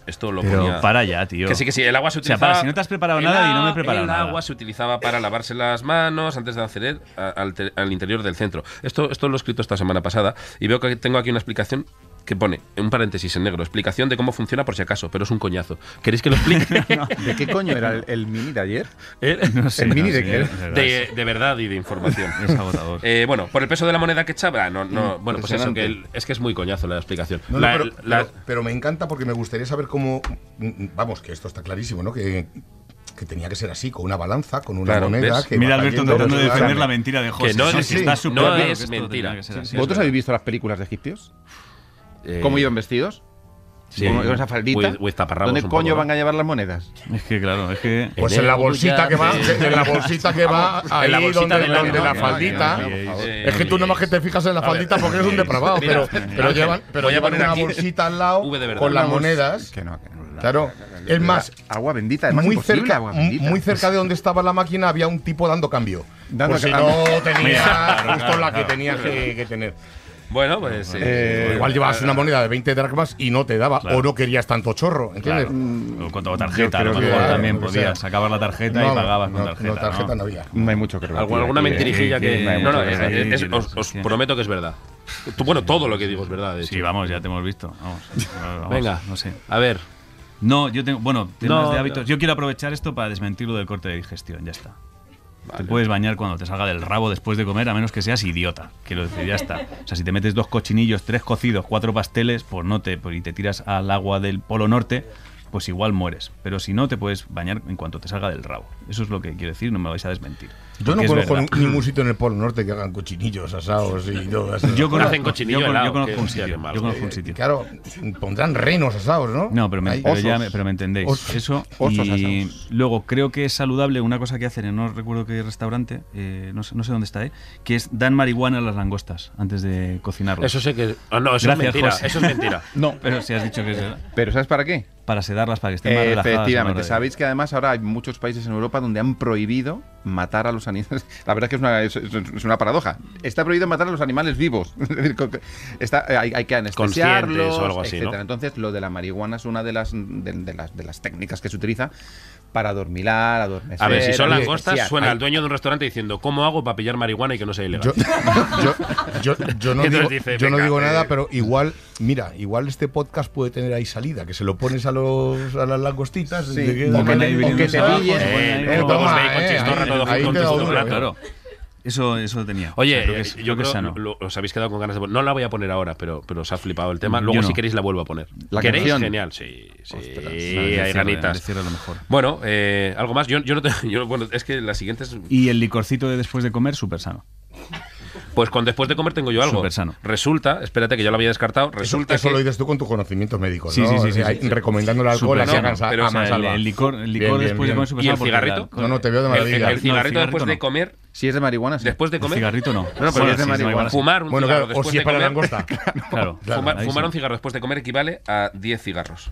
Esto lo
Pero
ponía-
para ya, tío.
Que sí, que sí, el agua se
O sea,
utilizaba.
para, si no te has preparado
el
nada y no me he
a-
preparado
El
nada.
agua se utilizaba para lavarse las manos antes de acceder a- al, te- al interior del centro. Esto, esto lo he escrito esta semana pasada y veo que tengo aquí una explicación que pone, un paréntesis en negro, explicación de cómo funciona por si acaso, pero es un coñazo. ¿Queréis que lo explique?
¿De qué coño era el, el mini de ayer?
¿Eh?
No sé, ¿El mini no de sé, qué?
de,
la
de, verdad y de información.
Es agotador.
Eh, bueno, por el peso de la moneda que echaba, no, no, bueno, pues eso,
Impresionante.
que el- es que es muy coñazo la explicación.
No, no,
La-
pero,
la-
pero- pero me encanta porque me gustaría saber cómo. mm, Vamos, que esto está clarísimo, ¿no? Que, que tenía que ser así, con una balanza, con una
Claro,
moneda.
¿ves?
Que
Mira,
va
Alberto,
cayendo,
tratando de
claro.
defender la mentira de José.
Que no
Sí,
es-
sí, está
no
súper
es
claro que esto
mentira.
tenía que ser así, es
¿Vosotros
verdad.
habéis visto las películas de egipcios?
eh,
¿Cómo iban vestidos?
sí.
¿Cómo iban esa faldita?
With- with taparrabos
¿Dónde
un
coño
poco, ¿no?
van a llevar las monedas?
Es que claro, es que.
Pues en la bolsita que va, en la bolsita que va,
Vamos,
ahí
en la bolsita
donde,
de la-
donde la
no,
faldita.
no, no, no,
es que tú nomás que te fijas en la
A ver,
faldita porque eres un
mira,
depravado, pero,
mira,
pero llevan, pero
voy a
llevan
poner
una
aquí
bolsita al lado
V de verdad.
con las
Una bolsa-
monedas.
que no,
Claro, es más,
agua bendita, además
muy
imposible
cerca,
agua bendita.
muy cerca de donde estaba la máquina había un tipo dando cambio.
Dando
Por si
cambio.
no
Mira,
tenía
claro,
justo
claro,
la que
claro.
tenías que, que tener.
Bueno, pues. eh,
Eh, igual llevabas una moneda de 20 dracmas y no te daba,
Claro.
o no querías tanto chorro, ¿entiendes? Mm,
Claro. O con tu tarjeta,
Yo
a lo
creo
mejor
que-
también
o sea,
podías. Sacabas la tarjeta
no,
y pagabas con
no,
tarjeta.
no, tarjeta no había.
Pues, No hay mucho que rebatir.
Algu- alguna
aquí, ¿eh?
mentirijilla
Sí,
que.
sí, hay
no, eh,
mucho
no,
que
es-
rebatir.
es- os, os prometo que es verdad. Tú- bueno, todo lo que digo es verdad.
Sí, vamos, ya te hemos visto. Vamos, vamos,
Venga,
no sé.
A ver.
No, yo tengo. Bueno, temas
No,
de hábitos.
no.
Yo quiero aprovechar esto para desmentir lo del corte de digestión, ya está. Te puedes bañar cuando te salga del rabo después de comer, a menos que seas idiota. Quiero decir, ya está. O sea, si te metes dos cochinillos, tres cocidos, cuatro pasteles, pues no te. pues, y te tiras al agua del Polo Norte, pues igual mueres. Pero si no, te puedes bañar en cuanto te salga del rabo. Eso es lo que quiero decir, no me vais a desmentir.
Yo
Porque
no
es
conozco
verdad.
ningún sitio en el Polo Norte que hagan cochinillos asados y todo eso.
Yo conozco- Hacen cochinillo yo con- helado, yo conozco que- un sitio, que es malo. yo conozco un
Eh,
sitio.
Claro, pondrán renos asados, ¿no?
No, pero me,
Hay
pero ya
osos.
me- pero me entendéis.
Osos.
Eso.
Osos
y
asados.
luego creo que es saludable una cosa que hacen en no recuerdo qué restaurante, eh, no, sé, no sé dónde está, eh, que es dan marihuana a las langostas antes de cocinarlas.
Eso sé que- ah, no, eso es mentira, eso es mentira.
no, pero si has dicho que es verdad.
eh.
¿Pero sabes para qué?
Para sedarlas, para que estén más relajadas. más
Efectivamente,
radiadas.
eh.
sabéis que además ahora hay muchos países en Europa donde han prohibido matar a los animales. La verdad es que es una, es- es- es una paradoja. Está prohibido matar a los animales vivos. Es decir, co- está- eh, hay, hay que anestesiarlos,
Conscientes o algo así,
etcétera.
¿no?
Entonces, lo de la marihuana es una de las, de, de las, de las técnicas que se utiliza para adormilar, adormecer.
A ver, si son
anestesiar.
langostas, suena
Hay-
al dueño de un restaurante diciendo, ¿cómo hago para pillar marihuana y que no sea ilegal?
Yo, yo no
Y
digo,
entonces dice,
yo no
"Venga,
digo
eh".
nada, pero igual, mira, igual este podcast puede tener ahí salida, que se lo pones a, los, a las langostitas.
Sí.
y te quedas-
O que te- o que te pillen.
Eh, toma, eh, ahí- ahí te da uno, eh.
Claro. Eso, eso tenía. O
Oye,
sea, creo que es-
eh,
creo
yo
que es
creo
sano.
lo- os habéis quedado con ganas de... vol- No la voy a poner ahora, pero, pero os ha flipado el tema.
Mm, Yo
Luego,
no.
si queréis, la vuelvo a poner.
¿La
¿Queréis?
canción?
Genial, sí. Sí,
Ostras.
hay
No, decirlo,
ganitas.
decirlo lo mejor.
Bueno, eh, algo más. Yo, yo no te- yo- bueno, es que la siguiente es...
Y el licorcito de después de comer, súper sano.
Pues con después de comer tengo yo algo.
Súper sano.
Resulta, espérate que yo lo había descartado,
Eso,
resulta
eso
que...
lo dices tú con tus conocimientos médicos,
Sí,
¿no?
sí, sí,
O sea,
sí,
hay-
sí.
Recomendando el
Súper
alcohol, la que
sano,
hagas a,
pero,
a
o sea, el-
mansalva.
el licor- el licor después de comer súper
¿Y el
sano porque
cigarrito?
la-
No, no, te veo de maravilla.
El, el cigarrito
No, ¿eh? el
después
cigarrito
de
no.
comer...
Si es de marihuana, sí.
Después de comer.
El cigarrito no.
pero
Bueno,
es de
sí,
marihuana.
Fumar.
Fumar un
Bueno,
cigarro
claro, o
después
si
de
es para
comer.
langosta.
Claro,
Fuma-
claro,
fumar,
ahí
un
sí.
cigarro después de comer equivale a 10 cigarros.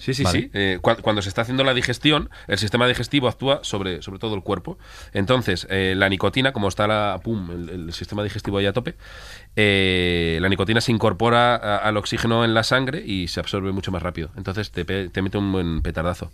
Sí, sí,
Vale.
sí. Eh, cua- cuando se está haciendo la digestión, el sistema digestivo actúa sobre, sobre todo el cuerpo. Entonces, eh, la nicotina, como está la, pum, el, el sistema digestivo ahí a tope, eh, la nicotina se incorpora a- al oxígeno en la sangre y se absorbe mucho más rápido. Entonces, te, pe- te mete un buen petardazo.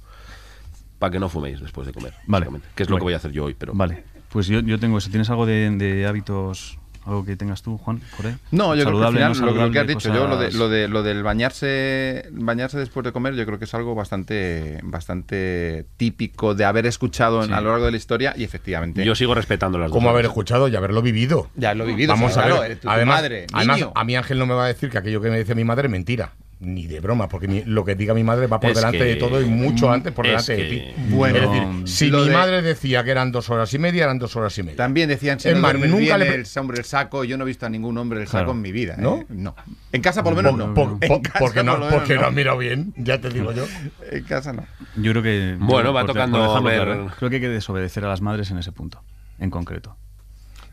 Para que no fuméis después de comer,
Vale.
básicamente, Que es lo
Vale.
que voy a hacer yo hoy, pero...
Vale, pues yo, yo tengo eso. ¿Tienes algo de, de hábitos, algo que tengas tú, Juan, por ahí?
No,
Saludable,
yo creo que
no
al final, lo- lo, que has
saludable,
dicho, yo lo, de-
cosas-
lo de- lo del bañarse, bañarse después de comer, yo creo que es algo bastante, bastante típico de haber escuchado en-
Sí.
a lo largo de la historia y efectivamente.
Yo sigo respetando las
Como
dos.
haber escuchado y haberlo vivido.
Ya lo he vivido.
Vamos
o sea,
a ver.
claro, tu- tu
además,
madre,
además,
niño.
a mí Ángel no me va a decir que aquello que me dice mi madre es mentira. Ni de broma, porque mi- lo que diga mi madre va por
Es
delante
que- mm,
de todo y mucho antes por
es
delante de
que- mm,
ti.
Bueno,
es decir, si
lo
mi
de-
madre decía que eran dos horas y media, eran dos horas y media.
También decían, si
Es
no
más,
duermes
nunca
bien
le-
el hombre el saco, yo no he visto a ningún hombre el
Claro.
saco en mi vida. ¿eh?
¿No?
No. En casa por lo menos
Po-
no.
po-
En
po-
casa,
porque no,
por lo menos,
porque no has mirado bien, ya te digo yo.
En casa no.
Yo creo que.
Bueno,
yo-
va
por- por
tocando
dejarlo
ver-
claro, ¿eh? Creo que hay que desobedecer a las madres en ese punto, en concreto.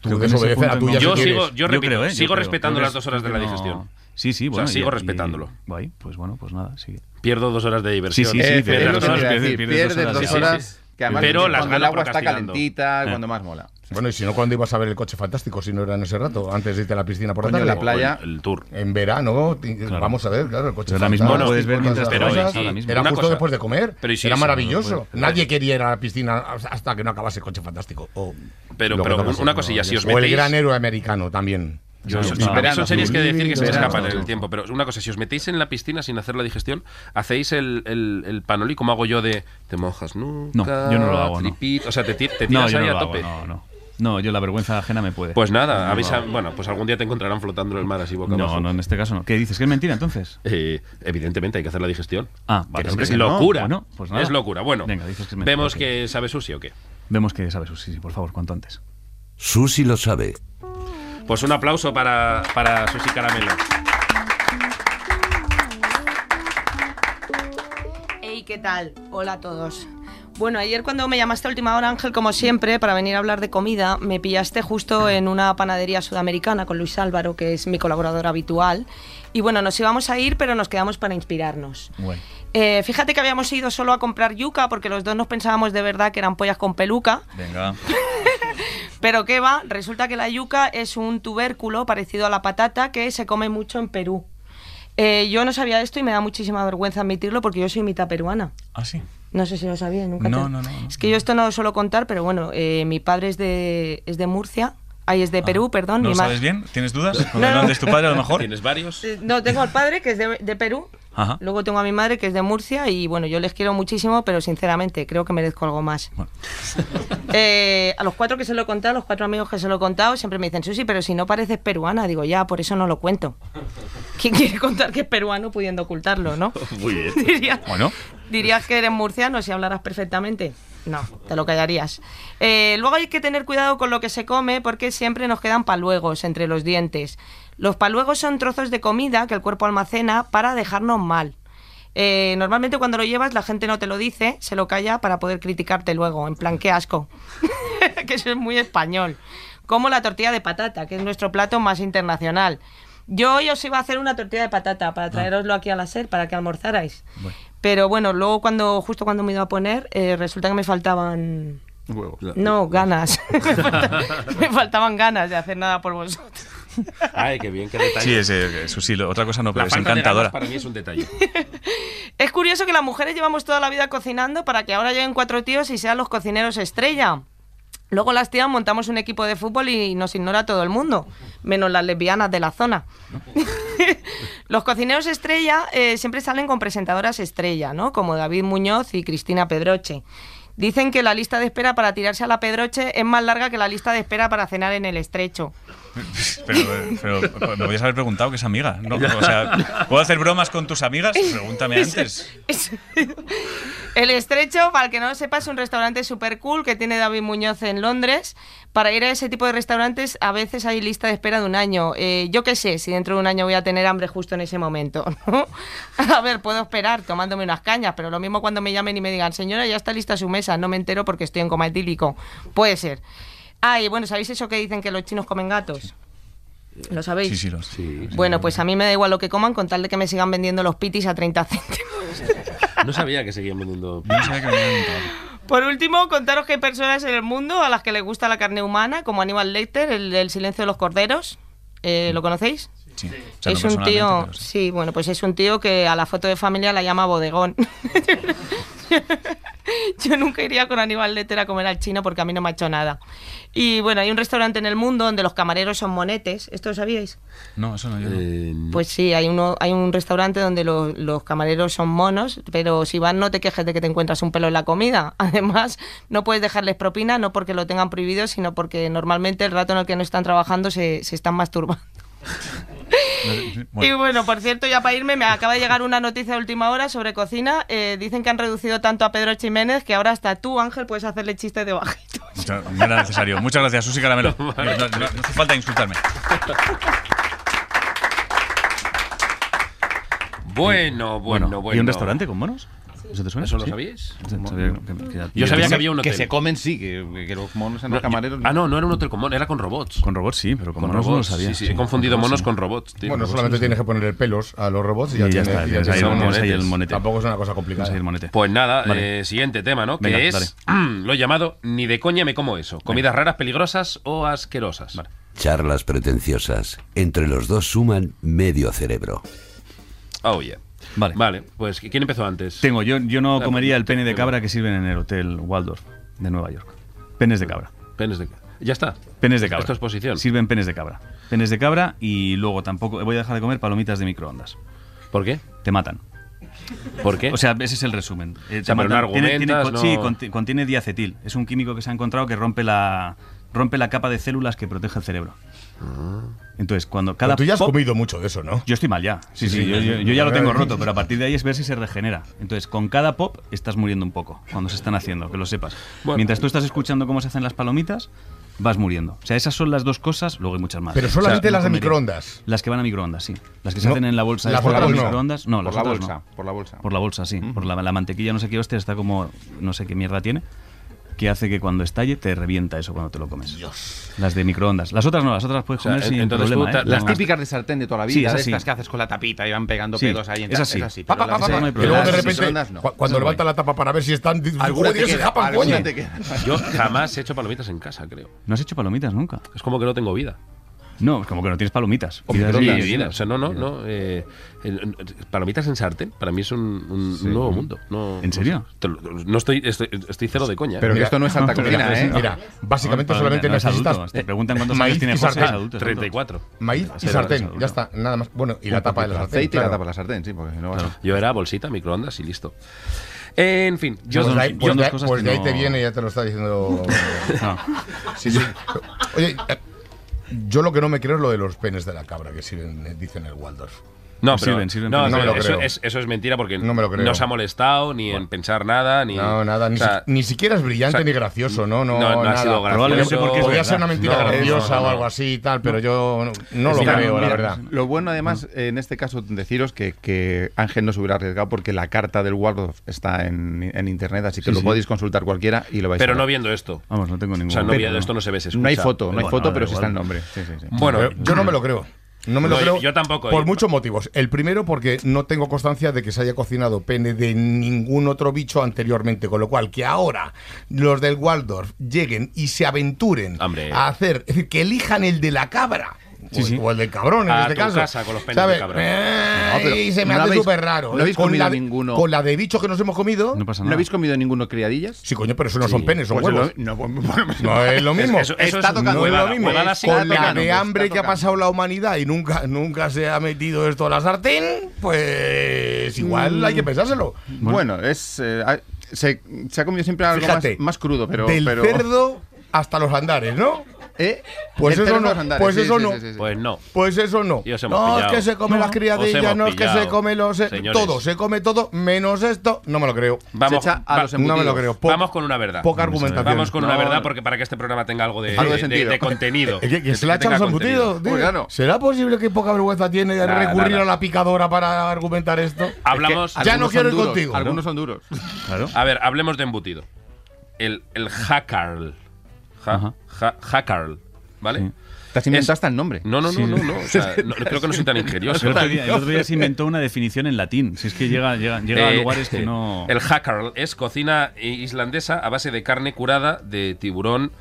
Tú
Creo que en ese
desobedeces a
punto
tu
no-
ya
Yo
si
sigo,
quieres.
yo repito,
creo, ¿eh? Yo
sigo
creo.
respetando
Creo que
las dos horas de la
no-
digestión.
Sí, sí,
O sea,
bueno. y-
sigo
y-
respetándolo.
guay, pues bueno, pues nada, sigue.
Pierdo dos horas de
Sí,
diversión.
sí, sí,
Eh,
pierdes
es lo
dos
que te
horas,
iba a
pierdes-
decir,
pierdes dos
pierdes
horas,
dos
sí, sí,
horas. Que además
Pero
cuando
las
el
ganas
agua está
procrastinando.
calentita, cuando más mola.
Bueno, y si no, ¿cuándo ibas a ver el coche fantástico si no era en ese rato? Antes de irte a la piscina por
Coño,
la
la
tarde.
playa.
El, el tour.
En verano, ti- vamos a ver, claro, el coche
Pero ahora mismo
fantástico,
no puedes ver
todas
mientras
esas
te bañas,
cosas.
ahora mismo.
Era
Una
justo
cosa.
después de comer.
Pero y si
era
eso no
maravilloso.
puede- pero-
Nadie quería ir a la piscina hasta que no acabase el coche fantástico. O
Pero-
lo que
pero
tocase,
una
¿no?
cosilla, si os
O el
metéis-
gran héroe americano también.
Yo-
no,
son,
no,
son-
verano,
son series que decir que se me
verano,
escapan en el
verano.
tiempo, pero una cosa, si os metéis en la piscina sin hacer la digestión, hacéis el, el, el panoli como hago yo de te mojas nunca,
No, yo no lo hago, no.
tripit, o sea, te, ti- te
No,
tiras
yo
ahí
no
a
lo hago,
tope.
no, no. No, yo la vergüenza ajena me puede.
Pues nada,
No,
avisa,
no.
bueno, pues algún día te encontrarán flotando en el mar así boca
No,
abajo.
no, en este caso no. ¿Qué dices? ¿Que es mentira entonces?
Eh, evidentemente hay que hacer la digestión.
Ah, vale,
Pero
hombre,
es
que no.
locura.
Bueno, pues nada.
Es locura. Bueno,
Venga, dices que es mentira,
vemos
ok.
que sabe sushi o qué.
Vemos que sabes, sí, sí, por favor, cuanto antes.
Susi lo sabe.
Pues un aplauso para, para Susi Caramelo.
Hey, ¿qué tal? Hola a todos. Bueno, ayer cuando me llamaste a última hora, Ángel, como siempre, para venir a hablar de comida, me pillaste justo en una panadería sudamericana con Luis Álvaro, que es mi colaborador habitual. Y bueno, nos íbamos a ir, pero nos quedamos para inspirarnos.
Bueno.
Eh, fíjate que habíamos ido solo a comprar yuca, porque los dos nos pensábamos de verdad que eran pollas con peluca.
Venga.
Pero qué va, resulta que la yuca es un tubérculo parecido a la patata que se come mucho en Perú. Eh, yo no sabía esto y me da muchísima vergüenza admitirlo porque yo soy mitad peruana.
Ah, sí.
No sé si lo sabía, nunca.
No,
te-
no, no, no.
Es que yo esto no lo suelo contar, pero bueno, eh, mi padre es de, es de Murcia, ahí
Ah.
es de Perú, perdón.
¿No
mi
lo
ma-
sabes bien? ¿Tienes dudas? ¿Con
No,
el
no.
nombre es tu padre a lo mejor?
¿Tienes varios?
Eh, No, tengo al padre que es de, de Perú,
Ajá.
luego tengo a mi madre que es de Murcia y bueno, yo les quiero muchísimo, pero sinceramente creo que merezco algo más. Eh, a los cuatro que se lo he contado, a los cuatro amigos que se lo he contado, siempre me dicen, Susi, pero si no pareces peruana, digo, ya, por eso no lo cuento. ¿Quién quiere contar que es peruano pudiendo ocultarlo, no?
Muy bien.
Diría-
Bueno.
¿Dirías que eres murciano si hablaras perfectamente? No, te lo callarías. Eh, luego hay que tener cuidado con lo que se come porque siempre nos quedan paluegos entre los dientes. Los paluegos son trozos de comida que el cuerpo almacena para dejarnos mal. Eh, normalmente cuando lo llevas la gente no te lo dice, se lo calla para poder criticarte luego, en plan, qué asco. que eso es muy español. Como la tortilla de patata, que es nuestro plato más internacional. Yo hoy os iba a hacer una tortilla de patata para traeroslo aquí a la SER para que almorzarais. Pero bueno, luego cuando justo cuando me iba a poner, eh, resulta que me faltaban...
Huevo.
No, ganas. me, falta- me faltaban ganas de hacer nada por vosotros.
Ay, qué bien, qué detalle.
Sí, es, eh, eso sí, lo- otra cosa no,
La
pero es
falta de ganas
encantadora.
para mí es un detalle.
Es curioso que las mujeres llevamos toda la vida cocinando para que ahora lleguen cuatro tíos y sean los cocineros estrella. Luego las tías montamos un equipo de fútbol y nos ignora todo el mundo, menos las lesbianas de la zona. los cocineros estrella eh, siempre salen con presentadoras estrella, ¿no? Como David Muñoz y Cristina Pedroche. Dicen que la lista de espera para tirarse a la Pedroche es más larga que la lista de espera para cenar en el estrecho.
Pero, eh, pero, eh, me podías haber preguntado que es amiga. ¿no? O sea, ¿puedo hacer bromas con tus amigas? Pregúntame antes.
Es- El Estrecho, para el que no lo sepa, es un restaurante súper cool que tiene David Muñoz en Londres. Para ir a ese tipo de restaurantes a veces hay lista de espera de un año. Eh, yo qué sé si dentro de un año voy a tener hambre justo en ese momento. ¿no? A ver, puedo esperar tomándome unas cañas, pero lo mismo cuando me llamen y me digan, señora, ya está lista su mesa, no me entero porque estoy en coma etílico. Puede ser. Ah, y bueno, ¿sabéis eso que dicen que los chinos comen gatos? ¿Lo sabéis?
Sí, sí, lo sí.
Bueno, pues a mí me da igual lo que coman con tal de que me sigan vendiendo los pitis a 30 céntimos.
No sabía que seguían vendiendo.
Por último, contaros que hay personas en el mundo a las que les gusta la carne humana, como Aníbal Lecter, el del silencio de los corderos. Eh, ¿Lo conocéis?
Sí.
es un tío, sí. bueno, pues es un tío que a la foto de familia la llama bodegón. Yo nunca iría con Aníbal Lecter a comer al chino porque a mí no me ha hecho nada. Y bueno, hay un restaurante en el mundo donde los camareros son monetes. ¿Esto lo sabíais?
No, eso no yo.
eh,
Pues sí, hay, uno, hay un restaurante donde lo- los camareros son monos, pero si van no te quejes de que te encuentras un pelo en la comida. Además, no puedes dejarles propina, no porque lo tengan prohibido, sino porque normalmente el rato en el que no están trabajando se, se están masturbando. Y bueno, por cierto, ya para irme, me acaba de llegar una noticia de última hora sobre cocina. Eh, dicen que han reducido tanto a Pedro Jiménez que ahora hasta tú, Ángel, puedes hacerle chistes de baje.
No, no era necesario. Muchas gracias, Susi Caramelo. No, no- no hace falta insultarme.
Bueno, bueno, bueno.
¿Y un restaurante con monos? ¿Eso te suena?
¿Eso lo
Sí.
sabíais?
Sabía que- que-
Yo sabía que había un hotel.
Que se comen, sí, que, que los monos en
No,
los
yo-
camareros.
ah, no, no era un hotel con monos, era con robots.
Con robots sí, pero con,
Con
monos
robots,
no lo sabía.
sí, sí, he confundido monos con robots, tío.
Bueno, pues solamente tienes que ponerle pelos a los robots y ya,
Y ya
tienes-
está,
y
tienes ahí-
tienes-
tienes ahí el monete.
Tampoco es una cosa complicada.
Tienes ahí el monete.
Pues nada,
Vale.
eh, siguiente tema, ¿no?
Venga,
que es lo llamado ni de coña me como eso. Comidas raras, peligrosas o asquerosas.
Charlas pretenciosas. Entre los dos suman medio cerebro.
Oh, yeah.
Vale.
Vale, pues ¿quién empezó antes?
Tengo, yo, yo no
Ah,
comería el pene de
tengo.
cabra que sirven en el hotel Waldorf de Nueva York. Penes de cabra.
Penes de Ya está.
Penes de cabra.
Esto es posición.
Sirven penes de cabra. Penes de cabra y luego tampoco voy a dejar de comer palomitas de microondas.
¿Por qué?
Te matan.
¿Por qué?
O sea, ese es el resumen. Eh,
O sea,
te
pero no
matan. Tiene- tiene-
argumentas,
Sí,
no-
conti- contiene diacetil. Es un químico que se ha encontrado que rompe la rompe la capa de células que protege el cerebro. Entonces, cuando cada
Ah. Pero tú ya has
pop-
comido mucho de eso, ¿no?
Yo estoy mal ya. Sí, sí,
Sí, sí.
yo, yo- yo ya lo tengo roto, pero a partir de ahí es ver si se regenera. Entonces, con cada pop estás muriendo un poco cuando se están haciendo, que lo sepas.
Bueno.
Mientras tú estás escuchando cómo se hacen las palomitas, vas muriendo. O sea, esas son las dos cosas, luego hay muchas más.
Pero
O sea,
solamente
no
las de
comería.
microondas.
Las que van a microondas, sí. Las que se
No,
hacen en la bolsa de
las
estas
otras
de
no.
microondas, no,
Por
las
la
otras
bolsa,
no.
por la bolsa.
Por la bolsa, sí. Por la, la mantequilla, no sé qué hostia, está como no sé qué mierda tiene. Que hace que cuando estalle te revienta eso cuando te lo comes. Las de microondas. Las otras no, las otras puedes
O sea,
comer sin
entonces tú
problema.
ta-
¿eh?
Las
No-
típicas de sartén de toda la vida,
Sí, esas
de
sí.
estas que haces con la tapita y van pegando
Sí,
pedos ahí. En
esas
ta-
sí.
esas sí.
Pa, pa,
pero
pa,
las-
pa,
esas
pa.
no
Y
hay
Y
problema.
luego de
Las
repente,
microondas no.
cu- cuando
Esas
levanta la tapa para ver si están, dices,
Alguna
"Joder,
te
se
queda,
japan,
alguna
coño".
te queda.
Yo jamás he hecho palomitas en casa, creo.
¿No has hecho palomitas nunca?
Es como que no tengo vida.
No, es como que no tienes palomitas.
O
Pidas-
microondas,
Sí,
vida. O sea, no, no, no. eh, el- el- palomitas en sartén, para mí es un, un nuevo mundo. No,
¿En serio?
te lo- no estoy, estoy, estoy cero de coña. ¿eh?
Pero ah,
Mira,
esto no es alta
mira,
cocina,
mira,
¿eh? Mira, básicamente
No,
solamente
no es
necesitas-
adulto. Te preguntan cuántos
maíz
años tiene
y
José,
sartén.
es adulto, es adulto.
34.
Maíz y
Cero,
sartén,
seguro.
ya está, nada más. Bueno, y
Un
la tapa de
poquito
la sartén.
aceite y la
claro.
tapa de la sartén, sí, porque si no vas a-
Yo era bolsita, microondas y listo. En fin, yo
Pues de ahí-
yo
pues
dos
de ahí-
cosas
pues
que
de ahí
no-
te viene, ya te lo está diciendo. Sí, sí. Oye, eh, yo lo que no me creo es lo de los penes de la cabra que sirven, eh, dicen el Waldorf.
No,
Pues
pero-
sirven, sirven
no,
para
no,
hacer-
eso, Es, eso es mentira porque
No me lo creo.
se ha molestado ni en pensar nada, ni.
No, nada, ni,
o sea,
si- ni siquiera es brillante
o sea,
ni gracioso, no, no,
no, no ha
nada.
sido gracioso. Probablemente porque es
Podría ser
verdad.
una mentira
No,
graciosa
no, no,
o
no.
algo así y tal, pero yo no, no lo
Mira,
creo, la
mira,
verdad.
Lo bueno, además, en este caso, deciros que, que Ángel no se hubiera arriesgado porque la carta del Waldorf está en, en internet, así que
Sí,
lo
sí.
podéis consultar cualquiera y lo vais
Pero
a ver.
no viendo esto.
Vamos, no tengo ningún
O sea, no
Pero-
viendo esto no se ve, se
No hay
escucha.
foto, no hay
Bueno,
foto,
da
pero sí está
igual.
el nombre. Sí, sí, sí.
Bueno,
Pero yo no me lo creo. No me lo
No,
creo.
yo tampoco,
Por
yo-
muchos motivos. El primero, porque no tengo constancia de que se haya cocinado pene de ningún otro bicho anteriormente. Con lo cual, que ahora los del Waldorf lleguen y se aventuren
Hombre.
a hacer. Es decir, que elijan el de la cabra.
Sí,
o,
sí.
o el del cabrón, en
A
este
tu
caso.
casa con los penes
¿Sabes?
de cabrón.
Ay,
No, pero
se me
no
hace
habéis-
súper raro.
no habéis
con,
comido
la de,
ninguno.
con la de bichos que nos hemos comido.
No pasa nada. ¿No habéis comido ninguno criadillas?
Sí, coño, pero eso no son penes, son
Pues
huevos.
lo- no, bueno, bueno,
No es lo mismo.
Eso- eso Está es tocando.
No es lo
huevada,
mismo.
huevada sí,
Con
está
la
tocando,
de
está
hambre que ha
tocando.
pasado la humanidad y nunca, nunca se ha metido esto a la sartén, pues igual
Mm.
hay que pensárselo.
Bueno, es. eh, ha- se, se ha comido siempre algo más,
Fíjate,
más crudo, pero.
Del
pero-
cerdo hasta los andares, ¿no?
¿Eh?
Pues
Del
eso
cerdo
no.
a los andares,
Pues
sí,
eso
sí,
no.
sí, sí, sí.
Pues no.
Pues eso no.
Y os hemos
No, es
pillado.
que se come
No,
las
os
criadillas,
hemos
no es que se
pillado.
come los. eh,
Señores.
Todo, se come todo, menos esto. No me lo creo.
Vamos, va-
No me lo creo. Po-
vamos con una verdad.
Poca argumentación.
Vamos con una
No,
verdad
no.
porque para que este programa tenga algo de,
Algo de
de- de-
sentido.
de contenido.
Eh, que- que se le ha echado
tenga
los
contenido.
embutidos, tío. ¿Será posible que poca vergüenza tiene de
Nada,
recurrir
nada.
a la picadora para argumentar esto?
Hablamos.
ya no quiero ir contigo.
Algunos son duros.
A ver, hablemos de embutido. El, el hackarl. Ja,
Ajá.
ja- hackarl, ¿Vale?
Te has inventado hasta el nombre.
No, no, no,
Sí.
no, no, o sea, no- creo que no soy tan ingenioso.
El otro, día, el otro día se inventó una definición en latín. Si es que llega, llega, llega a
Eh,
lugares que no.
El hackarl es cocina islandesa a base de carne curada de tiburón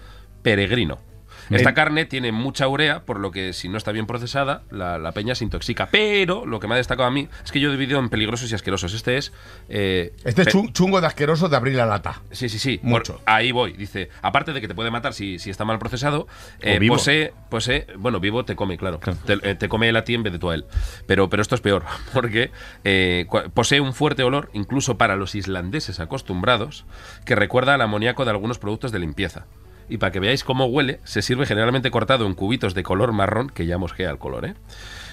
peregrino. Esta
Eh,
carne tiene mucha urea, por lo que si no está bien procesada, la, la peña se intoxica. Pero lo que me ha destacado a mí es que yo he dividido en peligrosos y asquerosos. Este es. eh,
Este es
pe-
chun- chungo de asqueroso de abrir la lata.
Sí, sí, sí.
Mucho.
Por- ahí voy. Dice, aparte de que te puede matar si, si está mal procesado, eh,
vivo.
posee, posee- Bueno, vivo te come, claro. Te, eh, te come él a ti en vez de tú a él. Pero, pero esto es peor, porque eh, cua- posee un fuerte olor, incluso para los islandeses acostumbrados, que recuerda al amoníaco de algunos productos de limpieza. Y para que veáis cómo huele, se sirve generalmente cortado en cubitos de color marrón, que ya mosquea el color, ¿eh?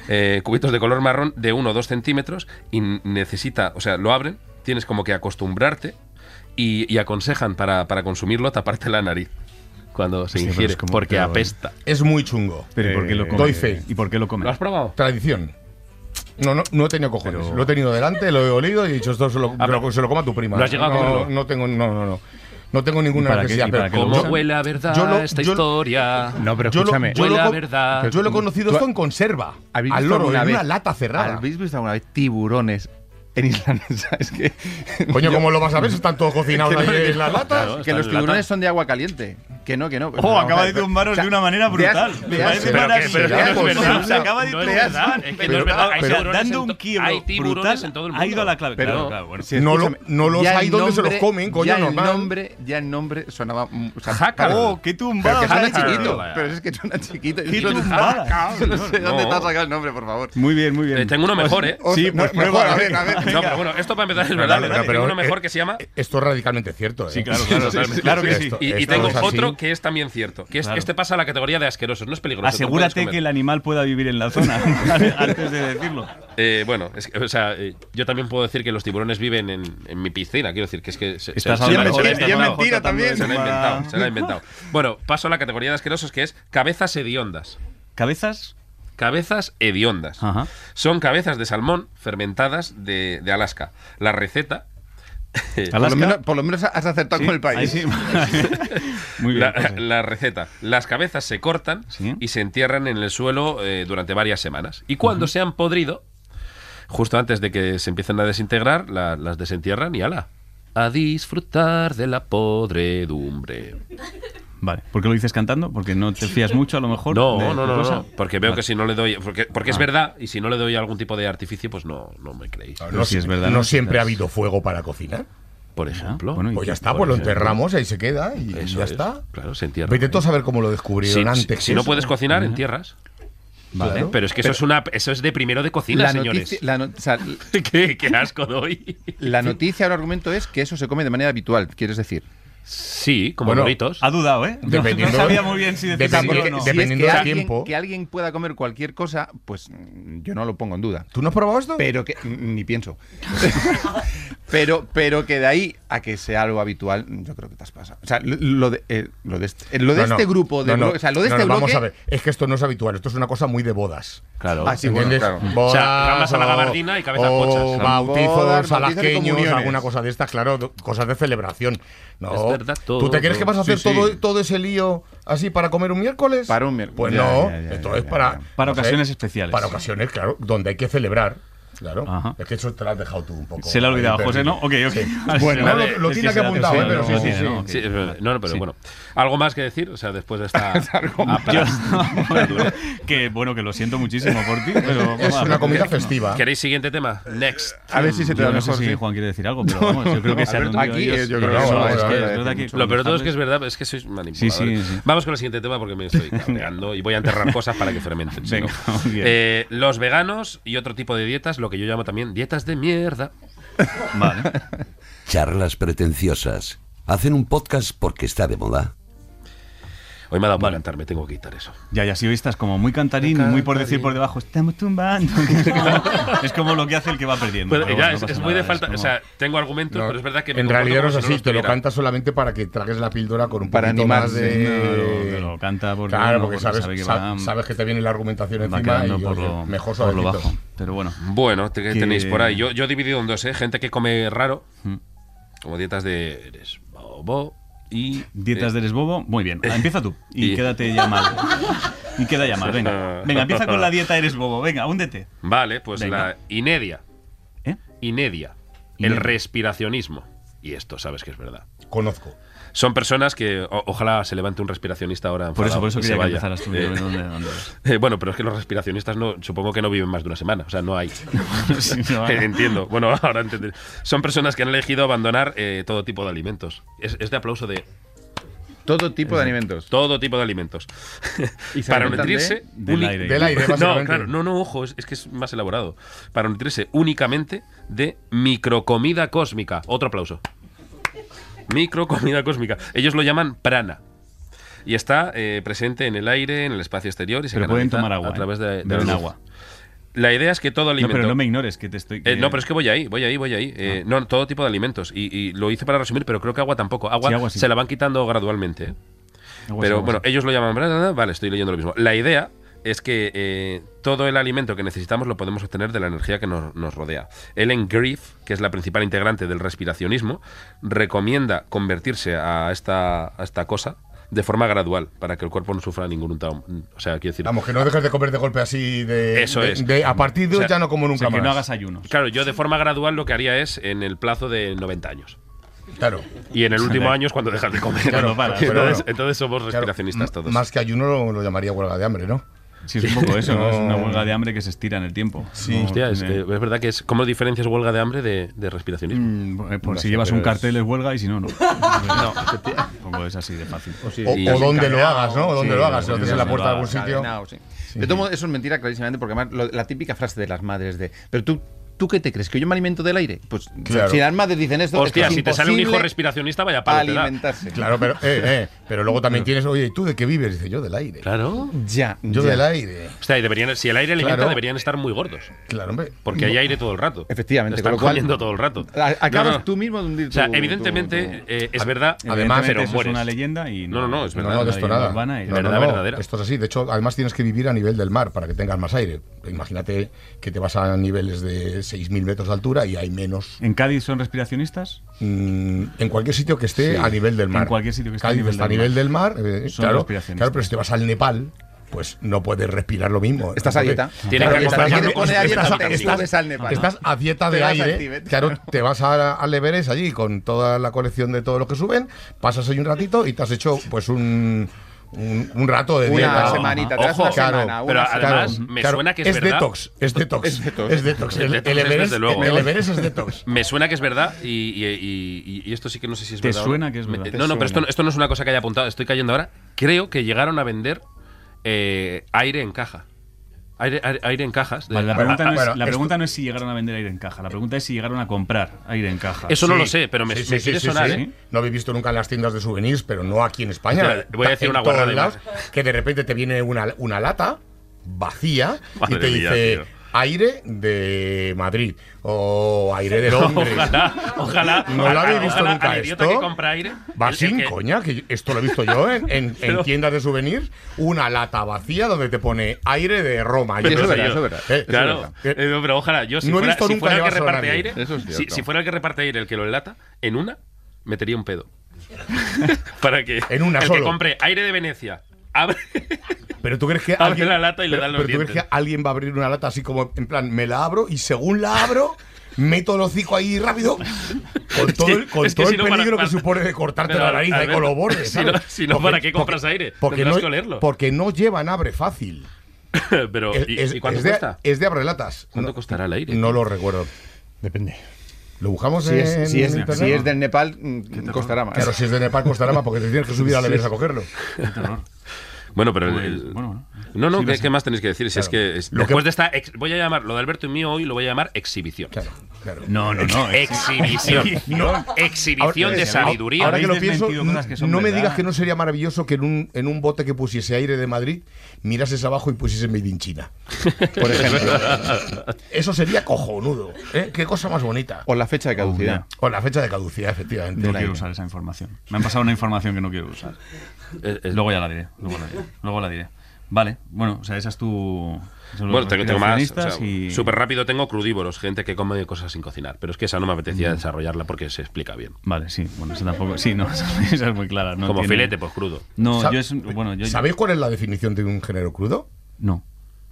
Eh, cubitos de color marrón de 1 o 2 centímetros y necesita, o sea, lo abren, tienes como que acostumbrarte y, y aconsejan para, para consumirlo taparte la nariz cuando se
Sí, pero
ingiere,
es como
porque
peor.
apesta.
Es muy chungo.
Pero ¿y por qué lo
Eh,
come?
Doy fe.
¿Y por qué lo come?
¿Lo has probado?
Tradición. No, no, no he tenido cojones. Lo he tenido delante, lo he olido y he dicho, esto se lo,
Ah, pero-
se lo coma tu prima.
¿Lo has llegado a
no,
comerlo?
No tengo, no, no, no. No tengo
¿Y
ninguna
para qué-
necesidad.
y
pero
para qué lo ¿Cómo
yo-
huele a verdad
yo lo-
esta
yo-
historia?
No, pero
yo lo-
escúchame.
Yo lo,
Huele a
con-
verdad.
yo lo he conocido
Tú-
esto en conserva.
¿Habéis
Al
visto
loro, en
alguna vez-
una lata cerrada.
¿Habéis visto alguna vez tiburones en Islandia? O sea, es que.
Coño,
yo-
¿cómo lo vas a ver si están todos cocinados
que no,
ahí
que
en las
no,
latas?
que los tiburones son de agua caliente. Que no, que no.
Oh, acaba de tumbaros de una manera brutal. Me parece maravilloso. Pero es verdad, pues, se acaba de
No es
tumbar.
verdad, es que no es
Pero-
verdad. Hay
pero-
tiburones
dando
en
un
to-
quiebro
hay tiburones
brutal,
en todo el
ha
mundo.
ido a la clave.
Pero-
Claro, claro, bueno.
Sí,
No lo-
escúchame,
no los
ya
hay
el
donde se los
nombre-
comen, coño,
ya el
normal.
nombre, ya el nombre sonaba. mm, O sea,
Jaca.
Oh, qué
Pero
tumbada.
que suena
Jaca.
chiquito. Pero es que suena chiquito.
Qué
Yo no-
tumbada.
Yo no sé dónde
No.
te has sacado el nombre, por favor.
Muy bien, muy bien.
Eh, tengo uno mejor, ¿eh?
Sí,
No,
pues
mejor,
prueba.
a ver, a ver.
No, pero bueno, esto para empezar es verdad.
dale,
pero
dale.
tengo
Pero,
uno mejor
eh,
que se llama.
Esto es radicalmente cierto. ¿eh?
Sí, claro, claro.
Totalmente.
Claro que sí.
Esto-
Y, y
esto
tengo
es así.
otro que es también cierto. Que es,
Claro.
Este pasa a la categoría de asquerosos, no es peligroso. tú puedes
Asegúrate
comer.
que el animal pueda vivir en la zona antes de decirlo.
Eh, bueno, es que, o sea, eh, yo también puedo decir que los tiburones viven en, en mi piscina. Quiero decir que es que se, se-
Estás
se-
hablando
se-
de
se-
esto,
se-
¿no?
se-
mentira
Tratando de
también.
se la ha
tumbar-
inventado, se la ha inventado. Bueno, paso a la categoría de asquerosos que es cabezas hediondas.
¿Cabezas?
Cabezas hediondas.
Ajá.
Son cabezas de salmón fermentadas de, de Alaska. La receta.
Por lo,
¿Alaska?
menos, por lo menos has acertado
Sí,
con el
ahí
país.
sí. Muy bien. pues,
La,
eh, José.
la receta. Las cabezas se cortan
Sí.
y se entierran en el suelo eh, durante varias semanas. Y cuando se han podrido, justo antes de que se empiecen a desintegrar, la- las desentierran y ala. A disfrutar de la podredumbre.
Vale. ¿Por qué lo dices cantando? ¿Porque no te fías mucho, a lo mejor?
No,
de-
no, no,
de
no,
cosa?
no, Porque veo
Vale.
que si no le doy. Porque, porque es
Ah.
verdad, y si no le doy algún tipo de artificio, pues no, no me creéis.
No,
Pero sí, es verdad,
no
no,
siempre
sí,
ha habido fuego para cocinar.
Por ejemplo.
Bueno, y-
Pues ya está,
por
pues lo
ejemplo.
enterramos, ahí se queda y
Eso
ya
es.
está.
Claro, se entierra.
Vete tú a saber cómo lo
Si,
descubrieron
si-
antes. ¿eh?
si no puedes cocinar, entierras. Vale.
Claro.
Pero es que eso es una eso es de primero de cocina,
La
señores.
noticia, la, no- o sea,
¿Qué, qué asco doy.
la noticia o el argumento es que eso se come de manera habitual, quieres decir.
Sí, como
Bueno,
burritos.
Ha dudado, ¿eh? No- no sabía muy bien si decir sí o no.
Si es que alguien- Que alguien pueda comer cualquier cosa, pues mm, yo no lo pongo en duda.
¿Tú no has probado esto?
Pero que mm, ni pienso. pero, pero que de ahí a que sea algo habitual, yo creo que te has pasado. O sea, lo- lo de, eh, lo de este, eh, lo de
No, no.
este grupo de
No, no.
blo- o sea, lo de
No,
este
no, Vamos
bloque-
a ver, es que esto no es habitual, esto es una cosa muy de bodas.
Claro.
Así
Sí, bueno,
¿entiendes?
claro.
Bodas,
O sea, gambas a la
o-
gabardina y cabezas
o
pochas. Bodas,
bautizos,
bautizos y
alasqueños,
comuniones.
alguna cosa de estas, claro, do- cosas de celebración. No.
Es verdad, todo,
¿Tú te crees que vas a
todo.
hacer
Sí, sí.
todo, todo ese lío así para comer un miércoles?
Para un
Pues
miércoles. Ya,
no,
ya, ya,
esto
ya,
es
ya,
para...
Para
no sé,
ocasiones especiales.
Para ocasiones, claro, donde hay que celebrar. Claro, es que eso te lo has dejado tú un poco.
Se le ha olvidado,
ahí
José, ¿no? Ok,
perdido.
ok.
Sí.
Vale,
Bueno,
vale.
no, lo, lo
Es que
tiene
se
que
la
apuntar,
tercera
¿eh? pero sí,
no
sí,
tiene,
sí.
¿no?
Sí, es verdad. no, no, pero bueno. ¿Algo más que decir? O sea, después de esta.
Yo- que bueno, que lo siento muchísimo por ti, pero
Es
vamos,
una comida
no.
festiva. ¿Queréis siguiente tema? Next.
A ver si se te
Yo
da
no
mejor.
sé si
si Juan quiere decir algo, pero vamos, yo creo que se han
Alberto, eh,
unido ellos. Ellos son- es que es verdad que-
Lo peor de todo es que es verdad, es que sois manipuladores.
Sí, sí, sí.
Vamos con el siguiente tema porque me estoy cabreando y voy a enterrar cosas para que fermenten. si no.
Venga, muy bien.
Eh, los veganos y otro tipo de dietas, lo que yo llamo también dietas de mierda.
Charlas pretenciosas. Hacen un podcast porque está de moda.
Hoy me ha dado por cantar, me tengo que quitar eso.
Ya, ya, si hoy estás como muy cantarín, muy por decir por debajo, estamos tumbando. es, como, es como lo que hace el que va perdiendo.
Bueno,
pero
ya,
bueno,
es,
no
es
pasa
muy de
nada,
falta.
como-
O sea, tengo argumentos,
No,
pero es verdad que. me
en
comporto
realidad
como
no es
si
así,
los
te lo
tuviera.
cantas solamente para que tragues la píldora con un
Para
poquito más
animarse.
de...
No, te lo canta porque
claro,
uno,
porque
porque
sabes,
sabe que
sa-
va-
sabes que te viene la argumentación
va
encima y
quedando por
oye,
lo,
mejor
por lo
suavecitos.
bajo. Pero bueno.
Bueno, te- ¿qué
Que-
tenéis por ahí? Yo, yo he dividido en dos, ¿eh? Gente que come raro,
Mm.
como dietas de. Eres bobo y.
Dietas de eres bobo, muy bien. Empieza tú y
Y-
quédate ya mal. Y queda ya mal, venga. Venga, empieza con la dieta eres bobo, venga, húndete.
Vale, pues
Venga.
la inedia.
¿Eh?
Inedia. El
Inedia.
respiracionismo. Y esto sabes que es verdad.
Conozco.
Son personas que o- ojalá se levante un respiracionista ahora.
Por eso,
enfadado
por eso
y se
quería que
vaya.
empezaras tú.
Eh,
yo- ¿dónde- dónde vas?
eh, bueno, pero es que los respiracionistas no, supongo que no viven más de una semana, o sea, no hay.
Sí, no hay.
Entiendo. Bueno, ahora entenderé. Son personas que han elegido abandonar eh, todo tipo de alimentos. Es, es de aplauso de
Todo tipo de alimentos.
todo tipo de alimentos.
Y se
Para
alimentan de-
nutrirse
del
uni-
aire. Del aire,
No,
básicamente.
claro, no, no, ojo, es, es que es más elaborado. Para nutrirse únicamente de microcomida cósmica. Otro aplauso. Microcomida cósmica. Ellos lo llaman prana. Y está eh, presente en el aire, en el espacio exterior y se
Pero pueden
canaliza
tomar agua,
a
¿eh?
través de, de la
Beben
luz.
agua.
La idea es que todo
No,
alimento
pero no me Ah. ignores que te estoy.
eh, no, pero es que voy ahí, voy ahí, voy ahí. Eh, no, todo tipo de alimentos. Y, y lo hice para resumir, pero creo que agua tampoco. Agua,
Sí, agua sí.
se la van quitando gradualmente. ¿eh?
Agua sí,
pero
agua
bueno, ellos lo llaman... bla, bla, bla. Vale, estoy leyendo lo mismo. La idea es que eh, todo el alimento que necesitamos lo podemos obtener de la energía que nos, nos rodea. Ellen Griff, que es la principal integrante del respiracionismo, recomienda convertirse a esta, a esta cosa de forma gradual para que el cuerpo no sufra ningún trauma. O sea, quiero decir...
Vamos, que no dejes de comer de golpe así de...
Eso
de-
es.
de- a partir de
O
hoy
sea,
ya no como nunca más.
ayunos.
Claro, yo de forma gradual lo que haría es en el plazo de 90 años.
Claro.
Y en el último año es cuando dejas de comer.
Claro, para, pero
entonces,
bueno.
entonces somos respiracionistas
M-
todos.
Más que ayuno lo, lo llamaría huelga de hambre, ¿no?
Sí, es un poco eso, ¿no? Es una
No.
huelga de hambre que se estira en el tiempo.
Sí.
No, eh,
Hostia, es,
tiene-
que es verdad que es como diferencias huelga de hambre de, de respiracionismo.
Mm, eh, por
No
si
sé,
llevas un
pero es-
cartel es huelga y si no, no.
No.
Tampoco es así de fácil.
sí,
O-
sí.
o donde lo hagas, ¿no? O donde
Sí,
lo hagas, si lo
sí,
haces en la
donde
puerta de
lo
algún
hagas,
sitimo.
cadenao, sí. De todo modo, eso es mentira clarísimamente, porque además lo- la típica frase de las madres de, pero tú, ¿tú qué te crees? ¿Que yo me alimento del aire? Pues
Claro.
si las madres dicen esto,
Hostia,
es que es
si te sale un hijo
imposible
respiracionista, vaya palo te da.
alimentarse.
Claro, pero, eh, eh, pero luego también tienes, oye, ¿y tú de qué vives? Dice, yo del aire.
Claro.
Ya,
Yo
ya.
del aire.
O sea, y deberían, si el aire alimenta,
Claro.
deberían estar muy gordos.
Claro, hombre.
Porque hay aire todo el rato.
Efectivamente,
Están
con lo cual-
comiendo todo el rato.
A- Acabas
No, no.
tú mismo de hundir
O sea,
tu-
evidentemente
tu-
eh, es verdad.
Además,
pero
eso es
mueres.
una leyenda y no-
No, no, no, es
No,
verdad.
No, no, de
Una
esto
leyenda
nada.
urbana y-
No,
Verdad,
no, no.
verdadera.
Esto es así. De hecho, además tienes que vivir a nivel del mar para que tengas más aire. Imagínate que te vas a niveles de 6.000 metros de altura y hay menos.
¿En Cádiz son respiracionistas?
mm, en cualquier sitio que esté
Sí.
a nivel del
En
mar.
cualquier sitio que esté a
Cádiz
nivel
está a
del
nivel
mar.
del mar. eh,
Son
claro,
respiracionistas.
claro, pero si te vas al Nepal, pues no puedes respirar lo mismo.
Estás a dieta.
Tienes
Tienes
que
que acompañarlo con el aire,
estás,
no te
estás-
subes al Nepal.
estás a dieta
Te
de
vas al
aire.
Tíbet.
Claro, te vas a- al Everest allí con toda la colección de todos los que suben, pasas ahí un ratito y te has hecho pues un... Un, un rato de
Una
dieta.
semanita, te das una semana, una Pero
además, semana. me suena que es verdad.
Detox, es detox, es detox. Es detox. El,
Detox
el
es, desde
Everest,
luego.
el Everest es detox.
Me suena que es verdad y, y- y- y esto sí que no sé si es
¿Te
verdad. o
suena
no.
que es
Me-
verdad?
No,
Te
no, pero esto,
suena.
esto no es una cosa que haya apuntado. Estoy cayendo ahora. Creo que llegaron a vender eh, aire en caja. aire, aire- aire en cajas. de-
Vale, la pregunta, no, es,
Bueno,
la
esto-
pregunta no es si llegaron a vender aire en caja, la pregunta es si llegaron a comprar aire en caja.
Eso no lo sé, pero me- me quiere sonar, ¿eh?
No habéis visto nunca en las tiendas de souvenirs, pero no aquí en España.
Espera, voy a decir
En
una guarrada
todos
de
lados, Que de repente te viene una, una lata vacía y
Madre
te
mía,
dice
tío.
aire de Madrid o aire de Londres.
Ojalá, ojalá.
No lo habéis visto
ojalá
nunca
al idiota
esto.
que compra aire.
Va
el- el
sin
que-
coña, que esto lo he visto yo en, en- en
Pero-
tiendas de souvenirs, una lata vacía donde te pone aire de Roma. Y
Pero
yo,
sí, yo-
eh,
Claro,
eh,
eh, pero ojalá, yo si
No he
fuera,
visto
si
nunca
fuera el que
llevarse a
reparte
nadie.
aire,
Eso es
si,
cierto.
si fuera el que reparte aire el que lo enlata, en una metería un pedo. Para que
En una
el que
solo.
compre aire de Venecia, abre,
Pero tú crees que
Abre la lata y le
pero-
dan los
pero tú crees
dientes.
que alguien va a abrir una lata así como en plan me la abro y según la abro meto el hocico ahí rápido con todo el, con
es que
todo
si
el
no, para-
peligro
para-
que supone de cortarte
Pero,
la nariz ahí
Alberto,
con los bordes.
si no-
¿sabes?
si no, ¿para qué compras aire?
Porque
Tendrás
no,
que olerlo.
porque no llevan abre fácil.
pero
Es-
¿y,
es-
y cuánto
es de,
cuesta?
Es de abre latas.
¿Cuánto
No-
costará el aire?
No lo recuerdo.
Depende.
Lo buscamos
Si
en
es, si es-
internet.
si es del Nepal, mm, costará más.
Claro, si es de Nepal costará más porque te tienes que subir a la
Sí.
mesa a cogerlo.
Bueno, pero el- el- no, no, ¿qué,
Sí, vas a-
qué más tenéis que decir? Si es
Claro.
que es-
Lo que-
después de esta, ex- voy a llamar lo de Alberto y mío hoy lo voy a llamar exhibición.
No, no, no.
Exhibición.
No.
Exhibición de sabiduría.
eh, Ahora que lo pienso,
desmentido cosas que son
no me
verdad.
digas que no sería maravilloso que en un, en un bote que pusiese aire de Madrid mirases abajo y pusiese Made in China. Por ejemplo. Eso sería cojonudo. ¿eh? Qué cosa más bonita.
O la fecha de caducidad.
O la fecha de caducidad, efectivamente.
No quiero usar esa información. Me han pasado una información que no quiero usar. Luego ya la diré. Luego la diré. luego la diré. Vale, bueno, o sea, esa es tu. son los
Bueno, tengo, tengo más. o sea,
accionistas y-
Súper rápido tengo crudívoros, gente que come cosas sin cocinar. Pero es que esa no me apetecía desarrollarla porque se explica bien.
Vale, sí, bueno, esa tampoco. Sí, no, esa esa es muy clara. no
Como
tiene-
filete, pues crudo.
No,
Sa-
yo es. Bueno, yo.
¿Sabéis cuál es la definición de un género crudo?
No.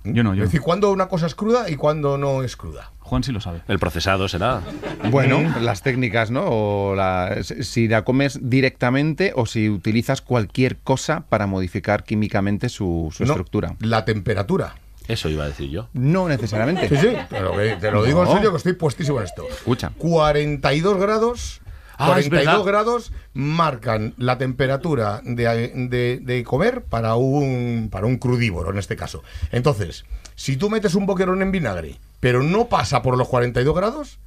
Yo no, yo. no.
Es decir, cuándo una cosa es cruda y cuándo no es cruda.
Juan sí lo sabe.
El procesado será.
Bueno, las técnicas, ¿no? O la- si la comes directamente o si utilizas cualquier cosa para modificar químicamente su, su
No,
estructura.
La temperatura.
Eso iba a decir yo.
No necesariamente.
Sí, sí, te lo, te lo digo en
No.
serio que estoy puestísimo en esto.
Escucha.
42 grados.
Ah,
42
es verdad.
grados marcan la temperatura de, de- de comer para un, para un crudívoro, en este caso. Entonces, si tú metes un boquerón en vinagre, pero no pasa por los 42 grados,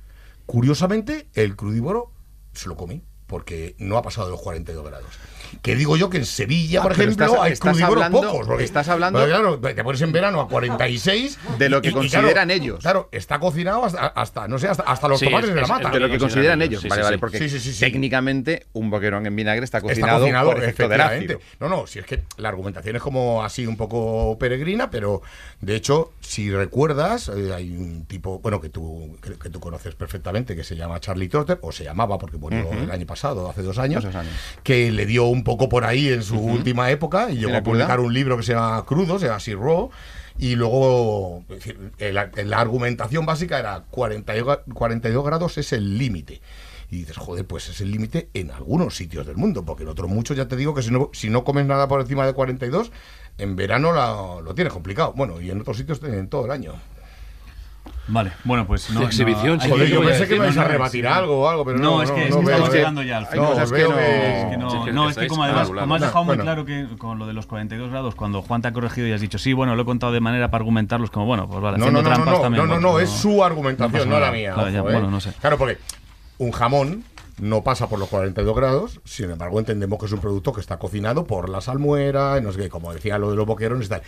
curiosamente el crudívoro se lo come, porque no ha pasado de los 42 grados. Que digo yo que en Sevilla,
Ah,
por
pero
ejemplo,
estás-
hay
estás
crudívoros
hablando-
pocos. porque-
estás hablando-
porque, claro, te pones en verano a 46.
De lo que consideran
claro,
ellos.
Claro, está cocinado hasta, hasta, no sé, hasta, hasta los
Sí,
tomates
es-
de la
es-
mata.
De lo que consideran ellos.
Sí,
vale,
sí,
vale,
sí.
porque
Sí, sí, sí, sí.
técnicamente un boquerón en vinagre está cocinado,
Está cocinado,
por efecto del
efectivamente.
ácido.
No, no, si es que la argumentación es como así un poco peregrina, pero de hecho, si recuerdas, eh, hay un tipo, bueno, que tú, que, que tú conoces perfectamente, que se llama Charlie Trotter, o se llamaba porque murió
Ujú.
el año pasado, hace dos años,
Esos años.
que le dio un poco por ahí en su última época y llegó
Mira,
a publicar
cuidado.
un libro que se llama Crudo, se llama así Raw. Y luego es decir, el- la, argumentación básica era 42, 42 grados es el límite. Y dices, joder, pues es el límite en algunos sitios del mundo, porque en otros muchos ya te digo que si no, si no comes nada por encima de 42, en verano la- lo tienes complicado. Bueno, y en otros sitios en todo el año.
Vale, bueno, pues no.
Exhibición,
no,
sí. Joder, yo
voy a
pensé
decir,
que ibais
no,
a
no,
rebatir
sí,
algo o algo, pero no,
es
no,
que, es
no
que
veo.
estamos
Es que-
llegando ya al
hay
final.
cosas
Es
que
que
no-
es que
Sí, es
no,
que
no, es que
estáis
como además,
calculando.
como has dejado muy
Bueno.
claro que con lo de los 42 grados, cuando Juan te ha corregido y has dicho, sí, bueno, lo he contado de manera para argumentarlos, como bueno, pues vale,
No,
haciendo
no, no, no,
trampas
no,
también.
no, no,
bueno,
no, es su
pasa
argumentación, no,
nada.
la mía.
Claro, ya,
ojo, ¿eh?
bueno, no sé.
Claro, porque un jamón no pasa por los 42 grados, sin embargo entendemos que es un producto que está cocinado por la salmuera, y no sé qué, como decía lo de los boquerones y tal.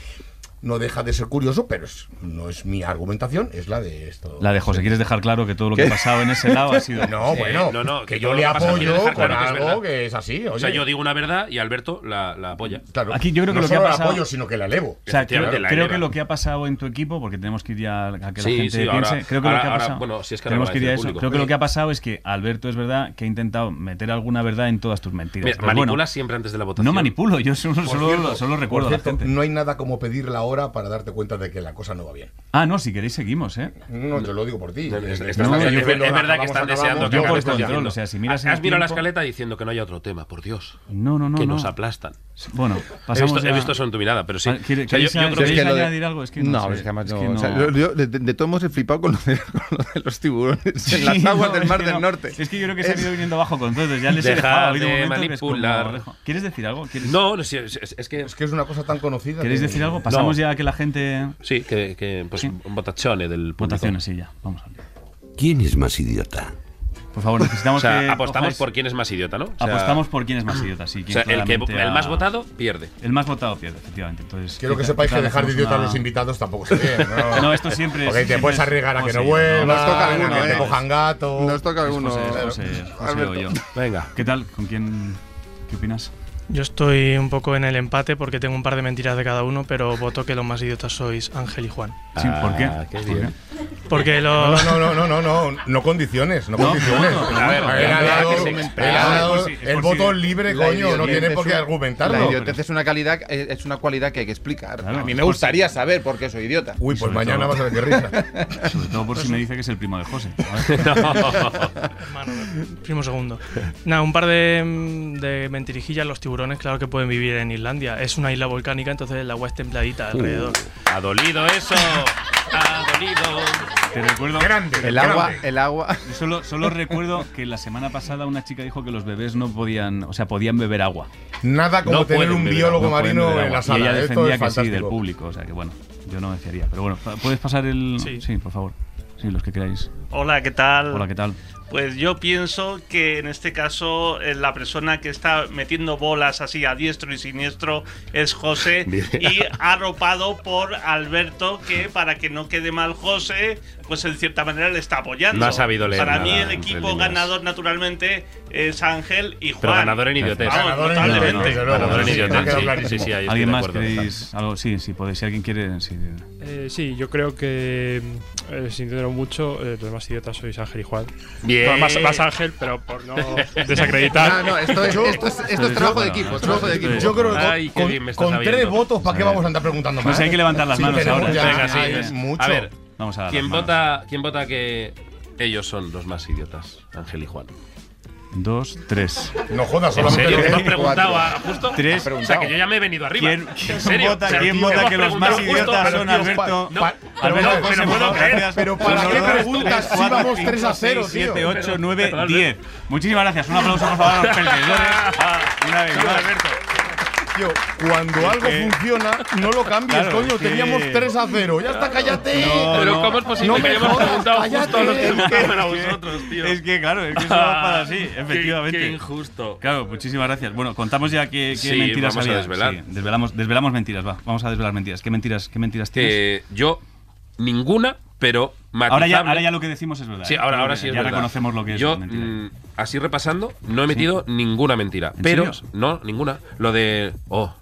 No deja de ser curioso, pero es- no es mi argumentación, es la de esto.
La de José, ¿quieres dejar claro que todo lo que ha
¿Qué?
pasado en ese lado ha sido.
No,
Eh,
bueno,
Pues no, no,
que
todo
yo
lo
le
que pasa es que
apoyo
dejar
con
claro que es
algo
verdad.
que es así.
O sea, yo digo una verdad y Alberto la, la apoya.
Claro,
Aquí yo creo que
no
lo que
solo
ha
la
pasado-
apoyo, sino que la elevo.
O sea, creo,
Efectivamente, la
creo
eleva.
que lo que ha pasado en tu equipo, porque tenemos que ir ya a que la
Sí,
gente
sí,
piense,
ahora-
creo que lo
ahora-
que ha
ahora,
pasado,
bueno, si es que ahora
tenemos
lo
que
va a
ir a
decir
eso.
el
Creo que lo
público.
que ha pasado es que Alberto es verdad que ha intentado meter alguna verdad en todas tus mentiras.
Mira,
Pero pues bueno,
manipula siempre antes de la votación.
No manipulo, yo solo,
Por
solo,
cierto,
solo
por
recuerdo a la
cierto,
gente.
No hay nada como pedir la hora para darte cuenta de que la cosa no va bien.
Ah, no, si queréis seguimos, ¿eh?
No, yo lo digo por ti.
Es,
Eh,
es-
no,
es-
yo
es- es
creo que
verdad que
acabamos,
están
acabamos,
deseando que
yo
hagan
por
esto que
control,
haciendo.
o sea, si miras
Has
el
has mirado la
tiempo-
escaleta diciendo que no haya otro tema, por Dios.
No, no, no,
Que
no.
nos aplastan.
Bueno,
he
pasamos
visto,
ya-
he visto eso en tu mirada, pero sí.
Ah, ¿quiere-
O sea, yo-
queréis-
yo creo que-
queréis
lo de-
añadir algo? Es que no sé,
es que además
es
no.
que
o sea,
no.
yo- yo de, de todos modos he flipado con lo de, con lo de los tiburones
Sí,
en las aguas
no,
del
es
Mar
que
del
no.
Norte.
Es que yo creo que se ha ido viniendo abajo con todo. Ya les he
Dejar
dejado. ha habido
de
momentos que es como,
manipular.
dejo. ¿Quieres decir algo? ¿Quieres-
No, no, sí, es, es- es que.
Es que es una cosa tan conocida.
¿Queréis
que-
decir algo? Pasamos Vamos ya a que la gente.
Sí, que, que pues, votaciones del público.
Votaciones, sí, ya. Vamos a
¿Quién es más idiota?
Por favor, necesitamos
O sea,
que
apostamos
cojáis-
por quién es más idiota, ¿no? O sea-
apostamos por quién es más idiota, sí.
O sea, el, que, el más votado pierde.
El más votado pierde, efectivamente. Entonces,
Quiero que
quizá-
sepáis que
quizá
dejar de
hacemos
idiotas a
una-
los invitados tampoco se bien, ¿no?
No, esto siempre es-
Porque te
siempre
puedes
es
arriesgar a que no
José,
vuelvan,
Nos toca
a
alguno,
que te
¿eh?
cojan gato.
Nos toca
es
alguno.
José, es José, es José o
Alberto.
yo.
Venga.
¿Qué tal? ¿Con quién? ¿Qué opinas?
Yo estoy un poco en el empate porque tengo un par de mentiras de cada uno, pero voto que los más idiotas sois Ángel y Juan.
Sí, ¿por qué? Ah, qué ¿Por bien.
Porque
No,
los...
no, no, no, no, no, no condiciones, no, condiciones.
no, no,
A ver,
no,
él ha
no,
dado-
que se
él ha
exprime.
dado
Es por si- es
el
por si-
voto libre,
La
coño, no
idiotez
tiene
es
por qué
una-
argumentarlo.
La idiotez es una calidad, eh, es es una cualidad que hay que explicar.
Claro,
a mí
es
me
por-
gustaría saber por qué soy idiota.
Uy, pues mañana vas a ver qué risa.
Sobre todo por si me dice que es el primo de José. A ver.
Hermano, primo segundo. Nada, un par de, mm, de mentirijillas. Los tiburones, claro que pueden vivir en Islandia. Es una isla volcánica, entonces el agua es templadita alrededor.
Ha dolido eso. Ha dolido.
Te recuerdo.
El agua, el agua.
Yo Solo, solo recuerdo que la semana pasada una chica dijo que los bebés no podían, o sea, podían beber agua.
Nada como tener
pueden
un
beber
biólogo
agua, no pueden
marino
beber
en
agua.
la sala, ¿eh?
Y ella
esto es
defendía que sí
fantástico.
del público, o sea que bueno, yo no me fiaría. Pero bueno, pa- puedes pasar el. Sí. Ah. por favor. Sí, los que queráis.
Hola, ¿qué tal?
Hola, ¿qué tal?
Pues yo pienso que en este caso eh, la persona que está metiendo bolas así a diestro y siniestro es José
Bien.
y arropado por Alberto que para que no quede mal José, pues en cierta manera le está apoyando.
No ha sabido leer
Para
nada
mí el
entre
equipo
líneas.
ganador naturalmente es Ángel y Juan.
Pero ganador en idiotez.
Vamos,
Ganador en
notablemente.
idiotez, desde luego. Ganador en
Sí, sí,
idiotez,
ha quedado
sí,
clarísimo.
sí, sí, ahí estoy
¿Alguien
de
más
acuerdo,
queréis algo? Sí, sí, podéis. Si alguien quiere. sí.
Eh, sí, yo creo que, mm, eh, sin entenderlo mucho, eh, los más idiotas sois Ángel y Juan.
Bien.
Bueno, más, más Ángel, pero por no desacreditar.
No, no, esto es- esto es- esto es trabajo de equipo, trabajo de equipo.
Yo creo que
Ay, qué
con,
bien me estás
con tres
abriendo.
votos, ¿para qué vamos a andar preguntando más?
No sé, hay que levantar las
Sí,
manos
tenemos
ahora.
ya-
Venga, sí.
hay
venga.
mucho.
A ver,
Vamos a dar
¿quién
las manos.
vota, ¿Quién vota que ellos son los más idiotas? Ángel y Juan.
Dos, tres.
No jodas,
¿En
solamente
serio?
le
¿Te lo has
di
preguntado a-
cuatro.
justo?
Tres.
O sea, que yo ya me he venido arriba.
¿Quién- quién
¿En serio?
vota-
O sea,
quién
me
vota
has
que los
preguntado
más idiotas
pero
son
Dios,
Alberto?
pa- No,
Pa-
pero
Alberto,
no, me
José,
lo puedo
muchas
creer.
gracias. Uno, dos, Pues tres, cuatro, cinco, seis, siete, ocho, nueve, diez. Muchísimas gracias. Un aplauso, por favor, a los perdedores. Una vez más.
Tío, cuando algo
que-
funciona, no lo cambies,
Claro,
coño.
es que-
Teníamos 3 a 0. Ya está, cállate.
No, Pero no. ¿cómo
es posible que
me
hayamos
jodas,
preguntado justo
cállate.
a los que
Es que-
votaban a vosotros, tío?
Es que, claro, es que eso va para así, efectivamente.
Qué injusto.
Claro, muchísimas gracias. Bueno, contamos ya qué, qué
Sí,
mentiras
vamos a
había.
desvelar.
Sí, desvelamos, desvelamos mentiras, va. Vamos a desvelar mentiras. ¿Qué mentiras, qué mentiras tienes?
Eh, yo, ninguna, pero
ahora, ya,
matizable.
ahora ya lo que decimos es verdad.
Sí,
¿eh?
ahora,
Creo
ahora
que
sí es
Ya
verdad.
reconocemos lo que es
Yo,
mentira.
mm, así repasando, no he metido ninguna mentira. Pero,
serio?
no, ninguna. Lo de. Oh.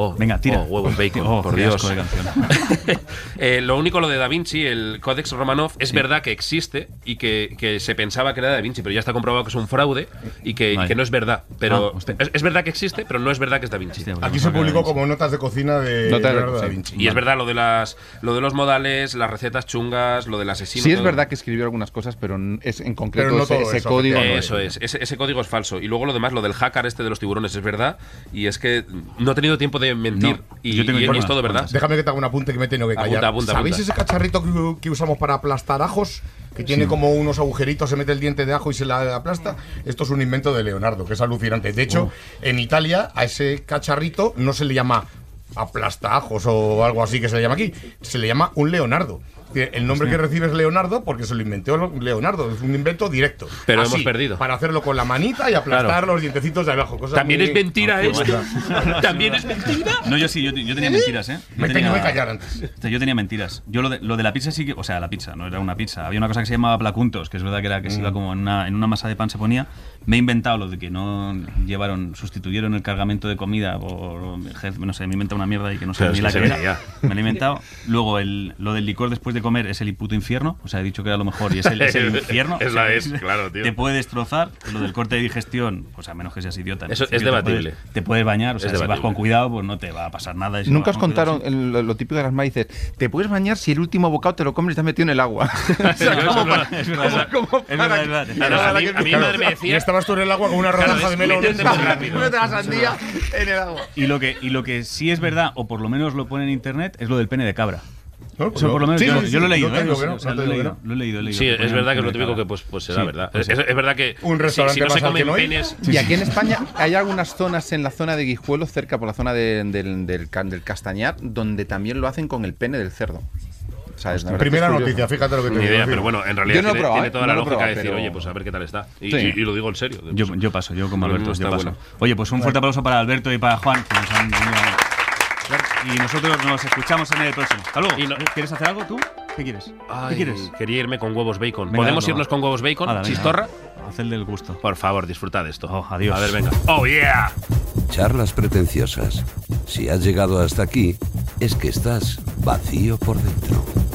Oh,
Venga, tira.
oh, huevos bacon,
Oh,
por
qué
Dios.
asco de canción.
Eh, lo único, lo de Da Vinci, el Codex Romanov, es verdad que existe y que, que se pensaba que era Da Vinci, pero ya está comprobado que es un fraude y que, y
Vale.
que no es verdad. Pero
Ah, hostia.
es, es verdad que existe, pero no es verdad que es Da Vinci.
Aquí se publicó como notas de cocina de
Notas de
Leonardo da
cocina.
Vinci.
Y es verdad lo de las lo de los modales, las recetas chungas, lo del asesino.
Sí es
todo.
verdad que escribió algunas cosas, pero n- es en concreto
Pero no
ese,
todo
ese
eso,
código. no
Eh, Eso es, ese, ese código es falso. Y luego lo demás, lo del hacker este de los tiburones es verdad. Y es que no he tenido tiempo de mentir. y
yo tengo
y
que ir
es todo
con
verdad.
Déjame que te haga un apunte que me tengo que
Apunta,
callar.
apunta,
¿Sabéis
apunta.
ese cacharrito que, que usamos para aplastar ajos? Que tiene como unos agujeritos, se mete el diente de ajo y se la aplasta. Esto es un invento de Leonardo, que es alucinante. De hecho, en Italia a ese cacharrito no se le llama aplasta ajos o algo así que se le llama aquí. Se le llama un Leonardo. Que El nombre
Hostia.
que recibe es Leonardo porque se lo inventó Leonardo. Es un invento directo.
Pero
Así,
hemos perdido.
Para hacerlo con la manita y aplastar
Claro.
los dientecitos de abajo. cosa
También
muy- Ah,
es mentira
Qué
esto.
buena.
También es mentira.
No, yo sí, yo, yo tenía mentiras, ¿eh? Yo
Me
tenía,
tengo que callar antes.
O sea, Yo tenía mentiras. Yo lo de, lo de la pizza sí que. O sea, la pizza, no era una pizza. Había una cosa que se llamaba placuntos, que es verdad que era que se
Mm.
iba como en una, en una masa de pan se ponía. Me he inventado lo de que no llevaron, sustituyeron el cargamento de comida por. ejército, No sé, me he inventado una mierda y que no sé
Pero
ni
es
la
que
que
se
era.
veía.
Me lo he inventado. Luego, el, lo del licor después de comer es el puto infierno. O sea, he dicho que era lo mejor y es el, es el infierno.
Es
O sea,
la es, claro, tío.
Te puede destrozar. Lo del corte de digestión, pues a menos que seas idiota. en
Eso es
principio te puedes-
debatible.
Te puedes bañar, o
Es
sea, si vas
debatible.
con cuidado, pues no te va a pasar nada. y si
Nunca
vas
os
con cuidado,
contaron el- lo, lo típico de las maíces. Te puedes bañar si el último bocado te lo comes y te has metido en el agua. O sea, como para- como- como para-
Claro, a mí- a mí mi
Claro.
madre me decía.
Y estabas tú en el agua con una
Claro,
rodaja de
es-
melón.
métete muy rápido.
Métete la sandía en el agua.
Y lo que, y lo que sí es verdad, o por lo menos lo pone en internet, es lo del pene de cabra.
No,
Eso por lo menos
Sí,
yo,
sí,
yo lo he
sí,
leído,
no
¿eh?
te digo
O
que
sea,
no, no
lo,
te
he
digo que
leído,
no.
lo he leído, he leído.
Sí,
que
es
ponían
verdad que
en
es lo
el
típico
mercado.
que pues, pues será
Sí.
verdad. Es, es verdad que
Un
si- si,
restaurante
no
más
se
al que
comen
no ir.
penes,
Y aquí en España hay algunas zonas en la zona de Guijuelo, cerca por la zona de- del, del ca- del Castañar, donde también lo hacen con el pene del cerdo. O sea, es la verdad que
Primera
es curioso.
noticia, fíjate lo que te
Ni
digo,
idea,
en fin.
pero bueno, en realidad
Yo no lo he
tiene,
probado,
tiene
¿eh?
toda
No
la
lo he
lógica
probado,
de decir,
pero-
oye, pues a ver qué tal está. Y,
Sí.
y- y lo digo en serio. Pues,
Yo, yo paso, yo como
Lo
Alberto,
mismo
yo
está
paso.
bueno.
Oye, pues un fuerte aplauso para Alberto y para Juan. que nos han venido a- Y nosotros nos escuchamos en el próximo. Hasta luego. ¿Quieres hacer algo tú? ¿Qué quieres?
Ay,
¿Qué quieres?
Quería irme con huevos bacon.
Venga,
¿Podemos
venga,
irnos
va.
con huevos bacon?
Hala, venga,
¿Chistorra?
Haz el del gusto.
Por favor, disfrutad de esto.
adiós.
A ver, venga. ¡Oh, yeah!
Charlas pretenciosas. Si has llegado hasta aquí, es que estás vacío por dentro.